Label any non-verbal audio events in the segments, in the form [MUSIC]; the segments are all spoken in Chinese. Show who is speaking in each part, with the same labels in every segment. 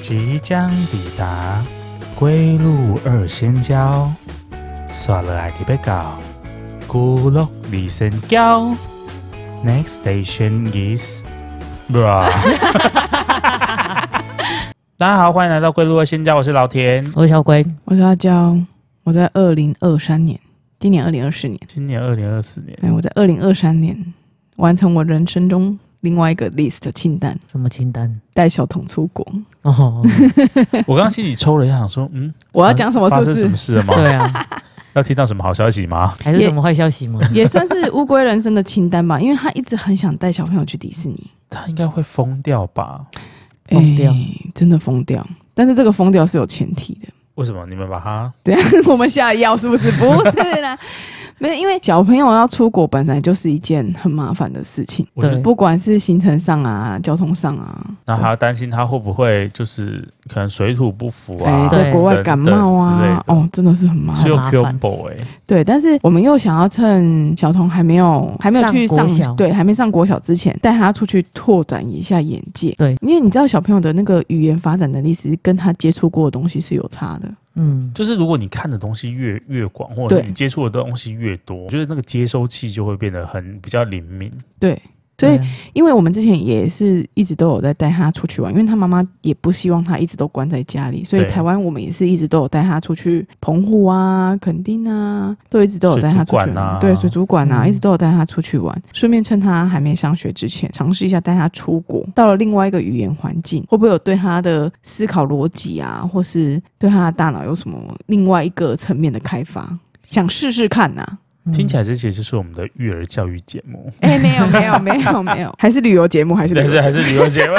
Speaker 1: 即将抵达归路二仙交，刷了来提贝搞，咕噜二仙交。Next station is bra。大家好，欢迎来到归路二仙交，我是老田。
Speaker 2: 我是小龟，
Speaker 3: 我是阿娇，我在二零二三年，今年二零二四年，
Speaker 1: 今年二零二四年，
Speaker 3: 哎，我在二零二三年完成我人生中另外一个 list 的清单，
Speaker 2: 什么清单？
Speaker 3: 带小童出国。
Speaker 2: 哦，
Speaker 1: 我刚心里抽了一下，想说，嗯，
Speaker 3: 我要讲什么？
Speaker 1: 发生
Speaker 3: 是不
Speaker 1: 什么
Speaker 3: 是？
Speaker 1: 事了吗？
Speaker 3: [LAUGHS]
Speaker 2: 对啊，
Speaker 1: 要听到什么好消息吗？
Speaker 2: 还是什么坏消
Speaker 3: [LAUGHS]
Speaker 2: 息吗？
Speaker 3: 也算是乌龟人生的清单吧，因为他一直很想带小朋友去迪士 [LAUGHS] 尼，
Speaker 1: 他应该会疯掉吧？
Speaker 2: 疯掉
Speaker 3: 哎真的疯掉。但是这个疯掉是有前提的，
Speaker 1: 为什么你们把他
Speaker 3: 对啊， [LAUGHS] 我们下药是不是？不是啦， [LAUGHS] 没有，因为小朋友要出国本来就是一件很麻烦的事情，
Speaker 1: 我觉得
Speaker 2: 对
Speaker 3: 不管是行程上啊、交通上啊，
Speaker 1: 然后还要担心他会不会就是可能水土不服啊，
Speaker 3: 哎，在国外
Speaker 1: 等等
Speaker 3: 感冒
Speaker 1: 之类
Speaker 3: 啊
Speaker 1: 的，，
Speaker 3: 哦，真的是很麻
Speaker 1: 只
Speaker 3: 烦。
Speaker 1: 有
Speaker 2: 麻
Speaker 1: c u
Speaker 2: 烦
Speaker 1: b o 哎，
Speaker 3: 对，但是我们又想要趁小童还没有还没有去
Speaker 2: 上
Speaker 3: 上
Speaker 2: 国小
Speaker 3: 对还没上国小之前，带他出去拓展一下眼界。
Speaker 2: 对
Speaker 3: 因为你知道小朋友的那个语言发展能力是跟他接触过的东西是有差的。
Speaker 2: 嗯，
Speaker 1: 就是如果你看的东西越越广，或者是
Speaker 3: 对
Speaker 1: 你接触的东西越多，我觉得那个接收器就会变得很比较灵敏。
Speaker 3: 对，所
Speaker 2: 对
Speaker 3: 以
Speaker 2: 啊
Speaker 3: 因为我们之前也是一直都有在带他出去玩，因为他妈妈也不希望他一直都关在家里，所以
Speaker 1: 对
Speaker 3: 台湾我们也是一直都有带他出去澎湖啊、垦丁啊，都一直都有带他
Speaker 1: 水族
Speaker 3: 出去玩。
Speaker 1: 馆啊
Speaker 3: 对，水族馆啊，
Speaker 2: 嗯
Speaker 3: 一直都有带他出去玩，顺便趁他还没上学之前，尝试一下带他出国，到了另外一个语言环境，会不会有对他的思考逻辑啊，或是对他的大脑有什么另外一个层面的开发？想试试看呐、啊
Speaker 1: [LAUGHS]
Speaker 2: 嗯
Speaker 1: 听起来这其实就是我们的育儿教育节
Speaker 3: [LAUGHS]
Speaker 1: 目， [LAUGHS]
Speaker 3: 哎、没有没有没有没有，还是旅游节目，还是旅游
Speaker 1: 但是
Speaker 3: 节目
Speaker 1: 还是旅游节目，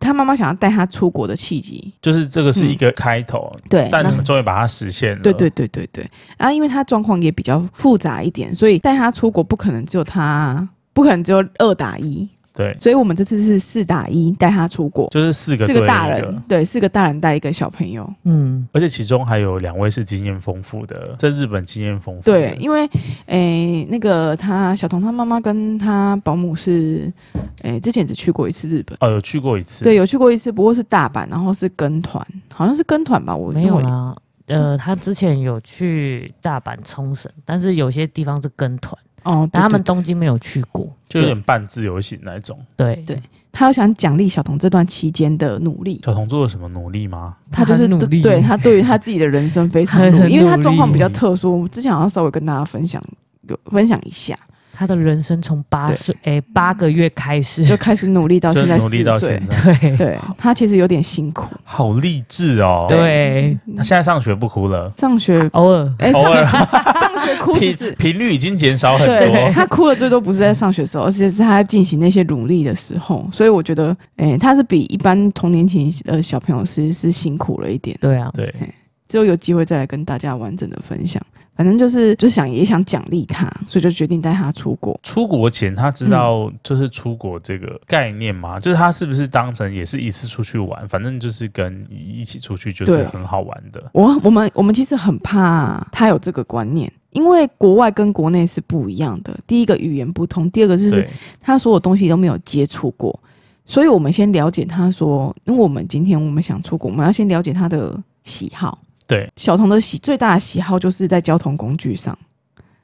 Speaker 3: 他妈妈想要带他出国的契机。
Speaker 1: 就是这个是一个开头，
Speaker 3: [LAUGHS] 对
Speaker 1: 但
Speaker 3: 那
Speaker 1: 你们终于把它实现了。
Speaker 3: 对对对对对。啊，因为他状况也比较复杂一点，所以带他出国不可能只有他，不可能只有二打一，
Speaker 1: 对，
Speaker 3: 所以我们这次是四打一带他出国，
Speaker 1: 就是四个
Speaker 3: 四
Speaker 1: 对一
Speaker 3: 个大人，，对，四个大人带一个小朋友。
Speaker 2: 嗯，
Speaker 1: 而且其中还有两位是经验丰富的，在日本经验丰富的。
Speaker 3: 对，因为诶、那个他小童他妈妈跟他保姆是，诶、之前只去过一次日本。
Speaker 1: 哦，有去过一次，
Speaker 3: 对，，有去过一次，不过是大阪，然后是跟团，好像是跟团吧，我
Speaker 2: 没有
Speaker 3: 我
Speaker 2: 啦。呃，他之前有去大阪、冲绳，但是有些地方是跟团，
Speaker 3: 哦，对
Speaker 2: 但他们
Speaker 3: 对
Speaker 2: 东京没有去过。
Speaker 1: 就有点半自由行那一种。
Speaker 2: 对
Speaker 3: 对他有想奖励小童这段期间的努力，
Speaker 1: 小童做了什么努力吗？
Speaker 3: 他就是
Speaker 2: 很努
Speaker 3: 对
Speaker 2: 力
Speaker 3: 对他对于他自己的人生非常
Speaker 2: 很
Speaker 3: 努
Speaker 2: 努力
Speaker 3: 力，因为他状况比较特殊。我之前好像稍微跟大家分享有分享一下，
Speaker 2: 他的人生从八
Speaker 3: 对
Speaker 2: 岁诶八个月开始，
Speaker 3: 就开始努力到
Speaker 1: [LAUGHS] 就
Speaker 3: 现在
Speaker 1: 努力到
Speaker 3: 四岁
Speaker 1: 现，在，
Speaker 2: [LAUGHS] 对
Speaker 3: 对他其实有点辛苦。
Speaker 1: 好励志哦。
Speaker 2: 对，
Speaker 1: 他现在上学不哭了，
Speaker 3: 上
Speaker 1: [LAUGHS]
Speaker 3: 学
Speaker 2: 偶尔
Speaker 3: 哎，
Speaker 1: 偶尔
Speaker 3: 上上学哭只
Speaker 1: 频
Speaker 3: 是。
Speaker 1: 频率已经减少很
Speaker 3: [LAUGHS] 对
Speaker 1: 多。
Speaker 3: 他哭的最多不是在上学的时候，而且是他在进行那些努力的时候，所以我觉得，哎、他是比一般同年期的小朋友是是辛苦了一点。
Speaker 2: 对啊，
Speaker 1: 对，
Speaker 3: 之后有机会再来跟大家完整的分享。反正就是就想也想奖励他，所以就决定带他出国。
Speaker 1: 出国前他知道就是出国这个概念吗？就是他是不是当成也是一次出去玩，反正就是跟一起出去就是
Speaker 3: 对
Speaker 1: 很好玩的。
Speaker 3: 我我们我们其实很怕他有这个观念，因为国外跟国内是不一样的。第一个语言不通，第二个就是
Speaker 1: 对，
Speaker 3: 他所有东西都没有接触过，所以我们先了解他说，因为我们今天我们想出国，我们要先了解他的喜好。
Speaker 1: 对，
Speaker 3: 小童的喜最大的喜好就是在交通工具上，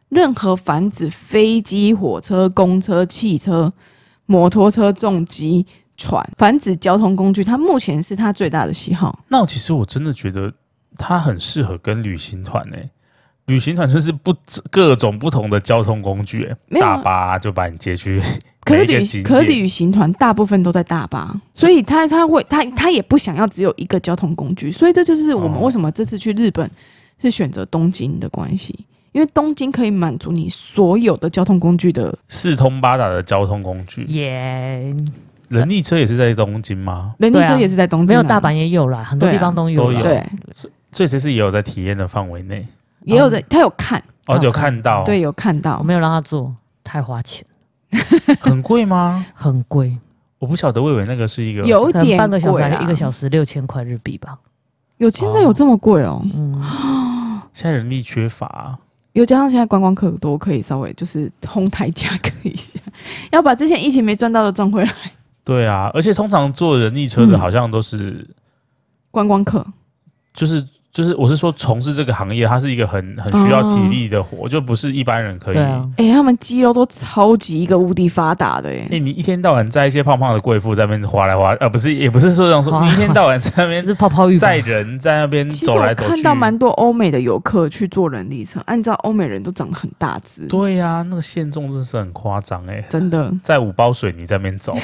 Speaker 3: 任何泛指飞机、火车、公车、汽车、摩托车、重机、船，泛指交通工具，他目前是他最大的喜好。
Speaker 1: 那我其实我真的觉得他很适合跟旅行团诶、旅行团就是不各种不同的交通工具、欸，
Speaker 3: 没有啊
Speaker 1: 大巴就把你接去
Speaker 3: 可
Speaker 1: 每
Speaker 3: 是
Speaker 1: 一个
Speaker 3: 旅
Speaker 1: 景点
Speaker 3: 可是旅行团大部分都在大巴，所以他他会他他也不想要只有一个交通工具，所以这就是我们
Speaker 1: 哦
Speaker 3: 为什么这次去日本是选择东京的关系，因为东京可以满足你所有的交通工具的。
Speaker 1: 四通八达的交通工具。
Speaker 2: 也
Speaker 1: 人力车也是在东京吗？
Speaker 3: 人力
Speaker 2: 对
Speaker 3: 车
Speaker 2: 啊
Speaker 3: 也是在东
Speaker 2: 没
Speaker 3: 京、
Speaker 2: 有大，阪也有啦，很多
Speaker 3: 对啊
Speaker 2: 地方都有
Speaker 1: 都
Speaker 2: 啦，
Speaker 1: 有
Speaker 3: 对，
Speaker 1: 所以这次也有在体验的范围内。
Speaker 3: 也有在他有看，
Speaker 1: 哦，
Speaker 2: 嗯
Speaker 1: 有看到，
Speaker 3: 啊对，，有看
Speaker 2: 我
Speaker 3: 到，
Speaker 2: 没有让他做，太花钱，
Speaker 1: 很贵吗？
Speaker 2: 很贵，
Speaker 1: 我不晓得，我以为那个是一个
Speaker 3: 有
Speaker 2: 可能
Speaker 3: 哦点
Speaker 2: 半个小时
Speaker 3: 贵啊
Speaker 2: 还
Speaker 3: 啦
Speaker 2: 是一个小时六千块日币吧。
Speaker 3: 有现在有这么贵哦，
Speaker 2: 嗯，
Speaker 1: 现在人力缺乏，
Speaker 3: 又加上现在观光客多，可以稍微就是哄抬价 [LAUGHS] 格一下，要把之前疫情没赚到的赚回来。
Speaker 1: 对啊，而且通常坐人力车的
Speaker 3: 嗯
Speaker 1: 好像都是
Speaker 3: 观光客，
Speaker 1: 就是就是，我是说从事这个行业，它是一个很很需要体力的
Speaker 3: 哦
Speaker 1: 活，就不是一般人可以。
Speaker 2: 对啊，
Speaker 3: 哎、他们肌肉都超级一个无敌发达的哎、
Speaker 1: 哎、你一天到晚在一些胖胖的贵妇在那边划来划，呃，不是，也不是说这样说，
Speaker 2: 划
Speaker 1: 你一天到晚在那
Speaker 3: [LAUGHS]
Speaker 2: 这
Speaker 1: 边
Speaker 2: 是泡泡浴吧
Speaker 1: 载人，在那边
Speaker 3: 哦其实
Speaker 1: 走
Speaker 3: 我
Speaker 1: 来走去。
Speaker 3: 看到蛮多欧美的游客去做人力车，按照欧美人都长得很大只，
Speaker 1: 对呀、那个限重真是很夸张哎，
Speaker 3: 真的。
Speaker 1: 在五包水泥在那边走，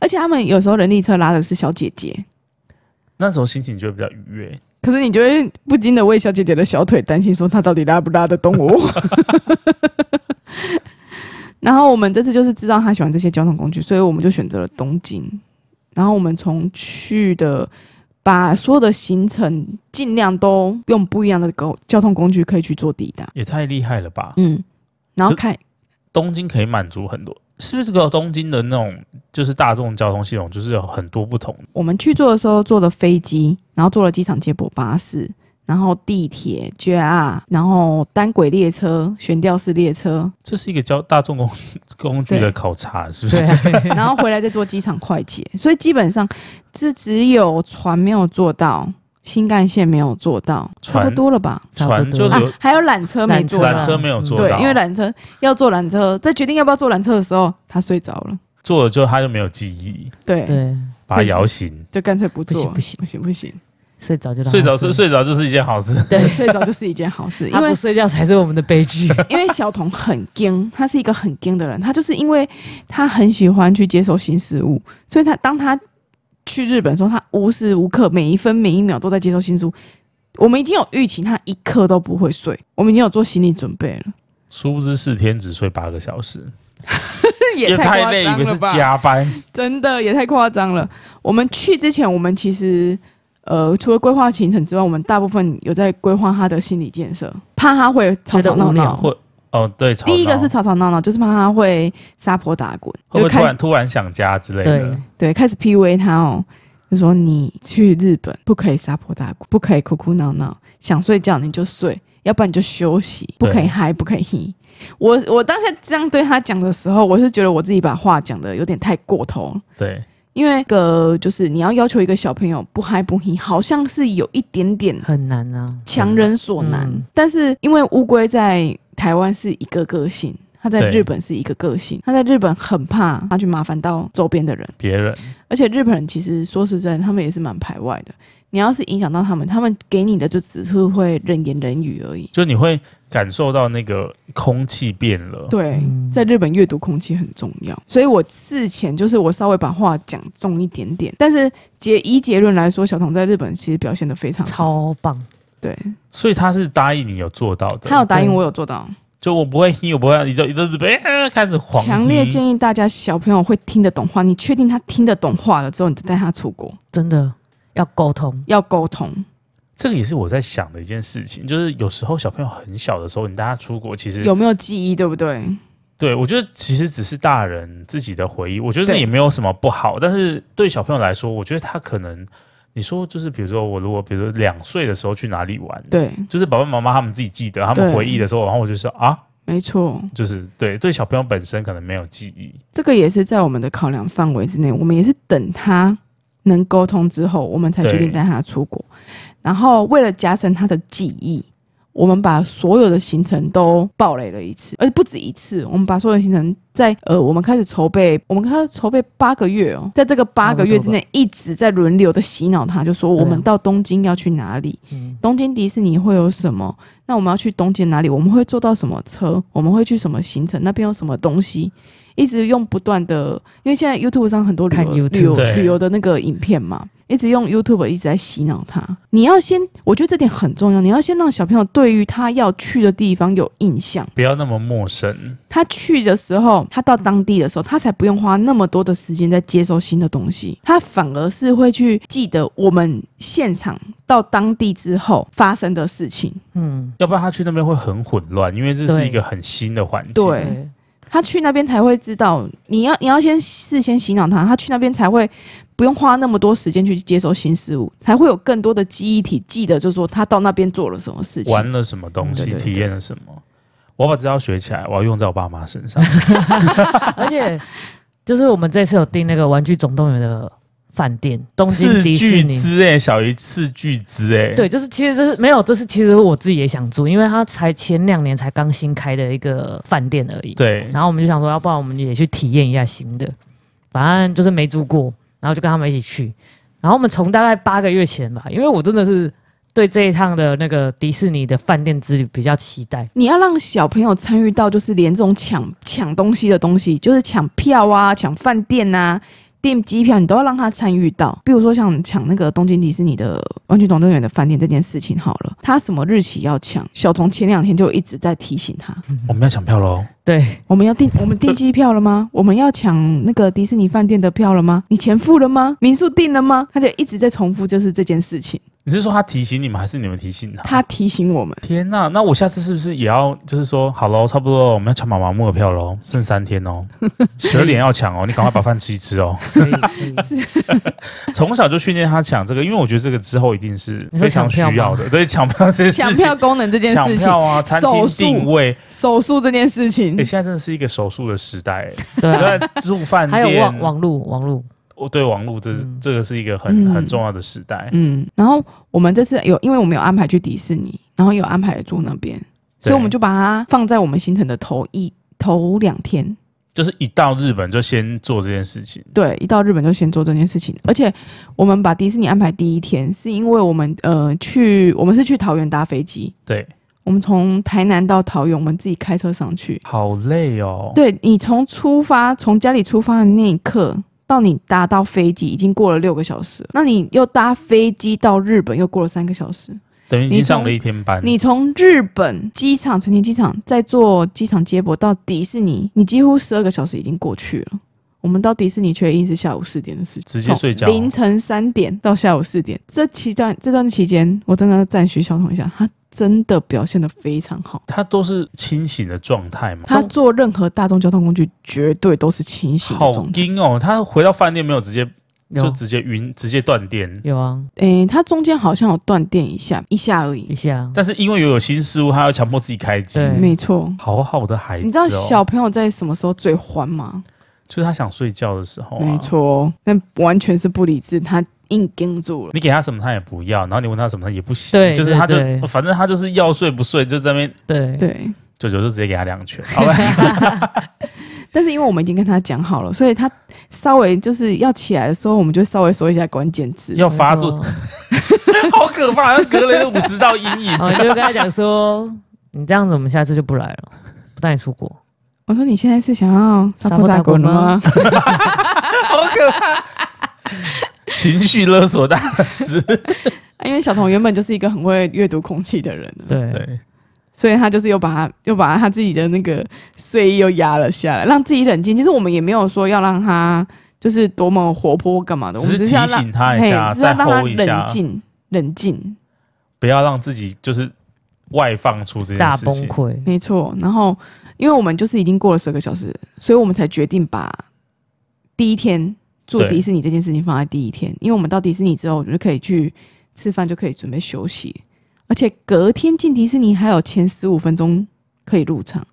Speaker 3: 而且他们有时候人力车拉的是小姐姐，
Speaker 1: 那时候心情就会比较愉悦。
Speaker 3: 可是你就会不禁的为小姐姐的小腿担心，说她到底拉不拉得动我。 [LAUGHS] 然后我们这次就是知道她喜欢这些交通工具，所以我们就选择了东京。然后我们从去的把所有的行程尽量都用不一样的交交通工具可以去做抵达，
Speaker 1: 也太厉害了吧！
Speaker 3: 嗯，然后看
Speaker 1: 东京可以满足很多，是不是？这个东京的那种就是大众交通系统，就是有很多不同的。
Speaker 3: 我们去坐的时候坐的飞机，然后坐了机场接驳巴士，然后地铁、JR，然后单轨列车、悬吊式列车，
Speaker 1: 这是一个交大众工工具的
Speaker 3: 对
Speaker 1: 考察，是不是？[LAUGHS]
Speaker 2: 对啊，
Speaker 3: 然后回来再坐机场快捷。所以基本上这只有船没有做到，新干线没有做到，差
Speaker 1: 船
Speaker 3: 不多了吧？
Speaker 2: 差不
Speaker 1: 船
Speaker 2: 多
Speaker 1: 就
Speaker 3: 啊
Speaker 1: 留，
Speaker 3: 还有缆车没做
Speaker 2: 缆
Speaker 1: 缆
Speaker 3: 到。
Speaker 1: 车没有做
Speaker 3: 对
Speaker 1: 到，，
Speaker 3: 因为缆车要坐缆车，在决定要不要坐缆车的时候，他睡着了。
Speaker 1: 做了之后他就没有记忆，
Speaker 3: 对，
Speaker 2: 对，
Speaker 1: 把它摇醒，
Speaker 3: 就干脆不
Speaker 2: 不
Speaker 3: 做。
Speaker 2: 行不行
Speaker 3: 不行不行，
Speaker 2: 睡着就让他
Speaker 1: 睡着睡睡着就是一件好事。
Speaker 2: 对
Speaker 3: 睡着就是一件好事，因
Speaker 2: [LAUGHS] 他
Speaker 3: 为
Speaker 2: 不睡觉才是我们的悲
Speaker 1: [LAUGHS]
Speaker 2: 剧。
Speaker 3: 因为小童很惊，他是一个很惊的人，他就是因为他很喜欢去接受新事物，所以他当他去日本的时候，他无时无刻每一分每一秒都在接受新事物。我们已经有预期，他一刻都不会睡，我们已经有做心理准备了，
Speaker 1: 殊不知四天只睡八个小时，
Speaker 3: 也太
Speaker 1: 太
Speaker 3: 夸
Speaker 1: 累，以
Speaker 3: 张
Speaker 1: 为是
Speaker 3: 了吧？
Speaker 1: 加班。
Speaker 3: 真的也太夸张了。我们去之前，我们其实呃，除了规划行程之外，我们大部分有在规划他的心理建设，怕他会吵
Speaker 2: 觉得
Speaker 3: 吵闹
Speaker 2: 无聊
Speaker 3: 闹。
Speaker 1: 会哦，对，吵闹
Speaker 3: 第一个是吵吵闹闹，就是怕他会撒泼打滚，
Speaker 1: 会不会
Speaker 3: 就
Speaker 1: 突
Speaker 3: 开始
Speaker 1: 然突然想家之类
Speaker 2: 对
Speaker 1: 的？，
Speaker 3: 对开始 PUA 他哦，就说你去日本不可以撒泼打滚，不可以哭哭闹闹，想睡觉你就睡，要不然你就休息，不
Speaker 1: 对
Speaker 3: 可以嗨，不可以嘿。我我当下这样对他讲的时候，我是觉得我自己把话讲的有点太过头了。
Speaker 1: 对，
Speaker 3: 因为个就是你要要求一个小朋友不嗨不嘿，好像是有一点点
Speaker 2: 很难啊。
Speaker 3: 强人所难。
Speaker 2: 嗯
Speaker 3: 但是因为乌龟在台湾是一个个性，它在
Speaker 1: 对
Speaker 3: 日本是一个个性，它在日本很怕它去麻烦到周边的人，
Speaker 1: 别人
Speaker 3: 而且日本人其实说实在，他们也是蛮排外的。你要是影响到他们，他们给你的就只是会人言人语而已。
Speaker 1: 就你会感受到那个空气变了。
Speaker 3: 对，
Speaker 2: 嗯
Speaker 3: 在日本阅读空气很重要，所以我事前就是我稍微把话讲重一点点，但是结以结论来说，小童在日本其实表现的非常好，
Speaker 2: 超棒，
Speaker 3: 对
Speaker 1: 所以他是答应你有做到的，
Speaker 3: 他有答应
Speaker 2: 对
Speaker 3: 我有做到，
Speaker 1: 就我不会听，我不会，你就你就哎、呃开始狂
Speaker 3: 强烈建
Speaker 1: 议，
Speaker 3: 议大家小朋友会听得懂话，你确定他听得懂话了之后，你再带他出国，
Speaker 2: 真的要沟通。
Speaker 3: 要沟通，
Speaker 1: 这个也是我在想的一件事情，就是有时候小朋友很小的时候，你带他出国，其实
Speaker 3: 有没有记忆，对不对？
Speaker 1: 对我觉得其实只是大人自己的回忆，我觉得这
Speaker 3: 对
Speaker 1: 也没有什么不好，但是对小朋友来说，我觉得他可能。你说就是，比如说我如果比如说两岁的时候去哪里玩，
Speaker 3: 对，
Speaker 1: 就是爸爸妈妈他们自己记得，他们
Speaker 3: 对
Speaker 1: 回忆的时候，然后我就说啊，
Speaker 3: 没错，
Speaker 1: 就是对对小朋友本身可能没有记忆，
Speaker 3: 这个也是在我们的考量范围之内，我们也是等他能沟通之后，我们才决定
Speaker 1: 对
Speaker 3: 带他出国。然后为了加深他的记忆，我们把所有的行程都爆雷了一次，而且不止一次。我们把所有的行程在呃，我们开始筹备，我们开始筹备八个月哦，在这个八个月之内一直在轮流的洗脑他，就说我们到东京要去哪里，
Speaker 2: 嗯，
Speaker 3: 东京迪士尼会有什么？那我们要去东京哪里？我们会坐到什么车？我们会去什么行程？那边有什么东西？一直用不断的，因为现在 YouTube 上很多旅
Speaker 2: 看
Speaker 3: 游
Speaker 2: YouTube
Speaker 3: 旅游
Speaker 1: 对
Speaker 3: 旅游的那个影片嘛，一直用 YouTube 一直在洗脑他。你要先，我觉得这点很重要，你要先让小朋友对于他要去的地方有印象。
Speaker 1: 不要那么陌生。
Speaker 3: 他去的时候，他到当地的时候，他才不用花那么多的时间在接收新的东西，他反而是会去记得我们现场到当地之后发生的事情。
Speaker 2: 嗯，
Speaker 1: 要不然他去那边会很混乱，因为这是一个很新的环境。
Speaker 3: 对他去那边才会知道，你要你要先事先洗脑他，他去那边才会不用花那么多时间去接收新事物，才会有更多的记忆体记得，就是说他到那边做了什么事情。
Speaker 1: 玩了什么东西，
Speaker 3: 嗯对对
Speaker 1: 体验了什么，我要把这招学起来，我要用在我爸妈身上。
Speaker 2: 而且就是我们这次有订那个《玩具总动员》的饭店，东京
Speaker 1: 斥
Speaker 2: 迪士
Speaker 1: 巨
Speaker 2: 尼。
Speaker 1: 资哎，小于斥巨资哎，
Speaker 2: 对，就是其实这是没有，这是其实我自己也想住，因为它才前两年才刚新开的一个饭店而已。
Speaker 1: 对，
Speaker 2: 然后我们就想说，要不然我们也去体验一下新的，反正就是没住过，然后就跟他们一起去。然后我们从大概八个月前吧，因为我真的是对这一趟的那个迪士尼的饭店之旅比较期待。
Speaker 3: 你要让小朋友参与到，就是连这种抢抢东西的东西，就是抢票啊、抢饭店啊、订机票，你都要让他参与到。比如说像抢那个东京迪士尼的呃《玩具总动员》的饭店这件事情，好了，他什么日期要抢？小童前两天就一直在提醒他，
Speaker 1: 我们要抢票喽。
Speaker 2: 对，
Speaker 3: 我们要订我们订机票了吗？ [LAUGHS] 我们要抢那个迪士尼饭店的票了吗？你钱付了吗？民宿订了吗？他就一直在重复，就是这件事情。
Speaker 1: 你是说他提醒你们，还是你们提醒他？
Speaker 3: 他提醒我们，
Speaker 1: 天呐、那我下次是不是也要就是说，好喽，差不多了，我们要抢妈妈木的票喽，剩三天哦，十二点要抢哦，你赶快把饭吃一吃哦。
Speaker 2: 可以可以
Speaker 3: [LAUGHS]
Speaker 1: 从小就训练他抢这个，因为我觉得这个之后一定是
Speaker 2: 你说
Speaker 1: 非常需
Speaker 2: 抢票吗
Speaker 1: 要的。对，抢票这件
Speaker 3: 抢
Speaker 1: 事
Speaker 3: 票
Speaker 1: 情，
Speaker 3: 功能这件
Speaker 1: 抢
Speaker 3: 事
Speaker 1: 票
Speaker 3: 情，
Speaker 1: 啊，餐厅
Speaker 3: 手速
Speaker 1: 定位，
Speaker 3: 手术这件事情
Speaker 1: 哎、，现在真的是一个手术的时
Speaker 3: [LAUGHS]
Speaker 1: 代、欸。
Speaker 2: [LAUGHS] 对啊、
Speaker 1: 对，住饭
Speaker 2: 还
Speaker 1: 店，
Speaker 2: 有网网路网路，
Speaker 1: 我对网络这是、
Speaker 2: 嗯
Speaker 1: 这个是一个很、
Speaker 3: 嗯
Speaker 1: 很重要的时代。
Speaker 3: 嗯，然后我们这次有，因为我们有安排去迪士尼，然后也有安排住那边，所以我们就把它放在我们行程的头一头两天。
Speaker 1: 就是一到日本就先做这件事情，
Speaker 3: 对，一到日本就先做这件事情，而且我们把迪士尼安排第一天，是因为我们呃去，我们是去桃园搭飞机，
Speaker 1: 对，
Speaker 3: 我们从台南到桃园，我们自己开车上去。
Speaker 1: 好累哦。
Speaker 3: 对你从出发，从家里出发的那一刻到你搭到飞机，已经过了六个小时了，那你又搭飞机到日本，又过了三个小时。
Speaker 1: 等于已经
Speaker 3: 你从
Speaker 1: 上了一天班，
Speaker 3: 你从日本机场成田机场再坐机场接驳到迪士尼，你几乎十二个小时已经过去了。我们到迪士尼却硬是下午四点的事情，
Speaker 1: 直接睡觉
Speaker 3: 从凌晨三点到下午四点，这期段这段期间，我真的要赞许小童一下，他真的表现的非常好。
Speaker 1: 他都是清醒的状态嘛。
Speaker 3: 他坐任何大众交通工具，绝对都是清醒
Speaker 1: 好
Speaker 3: 的状态。
Speaker 1: 惊哦！他回到饭店没有直接
Speaker 2: 有
Speaker 1: 就直接晕，直接断电。
Speaker 2: 有啊，
Speaker 3: 诶，他中间好像有断电一下，一下而
Speaker 2: 一
Speaker 3: 已。
Speaker 2: 下
Speaker 1: 但是因为又有新事物，他要强迫自己开机。
Speaker 2: 对
Speaker 3: 没错，
Speaker 1: 好好的孩子、哦，
Speaker 3: 你知道小朋友在什么时候最欢吗？
Speaker 1: 就是他想睡觉的时候、啊
Speaker 3: 没。错，那完全是不理智，他硬盯住了。
Speaker 1: 你给他什么他也不要，然后你问他什么他也不行，
Speaker 2: 对
Speaker 1: 就是他就
Speaker 2: 对对
Speaker 1: 反正他就是要睡不睡，就在那边
Speaker 2: 对
Speaker 3: 对，
Speaker 1: 九九就直接给他两拳，好吧？
Speaker 3: 但是因为我们已经跟他讲好了，所以他稍微就是要起来的时候，我们就稍微说一下关键字。
Speaker 1: 要发作，
Speaker 2: 没错
Speaker 1: [LAUGHS] 好可怕，好像隔了五十道阴
Speaker 3: [LAUGHS]
Speaker 1: 影。
Speaker 2: 哦，你就跟他讲说，你这样子，我们下次就不来了，不带你出国。
Speaker 3: 我说你现在是想要撒泼打滚了吗？
Speaker 1: 情绪勒索大师，
Speaker 3: 啊 [LAUGHS] 因为小童原本就是一个很会阅读空气的人，啊
Speaker 2: 对，
Speaker 1: 对，
Speaker 3: 所以他就是又把他又把他自己的那个睡意又压了下来，让自己冷静。其实我们也没有说要让他就是多么活泼干嘛的，我们
Speaker 1: 只是
Speaker 3: 只是要
Speaker 1: 提
Speaker 3: 让
Speaker 1: 醒他一
Speaker 3: 嘿
Speaker 1: 下，
Speaker 3: 只是要
Speaker 1: 再
Speaker 3: 让他
Speaker 1: hold 一下
Speaker 3: 冷，静冷静。
Speaker 1: 不要让自己就是外放出这件
Speaker 2: 大
Speaker 1: 事
Speaker 2: 崩
Speaker 1: 情。
Speaker 2: 溃。
Speaker 3: 没错，然后因为我们就是已经过了十个小时，所以我们才决定把第一天住
Speaker 1: 对
Speaker 3: 迪士尼这件事情放在第一天，因为我们到迪士尼之后，我们就可以去吃饭，就可以准备休息，而且隔天进迪士尼还有前十五分钟可以入场，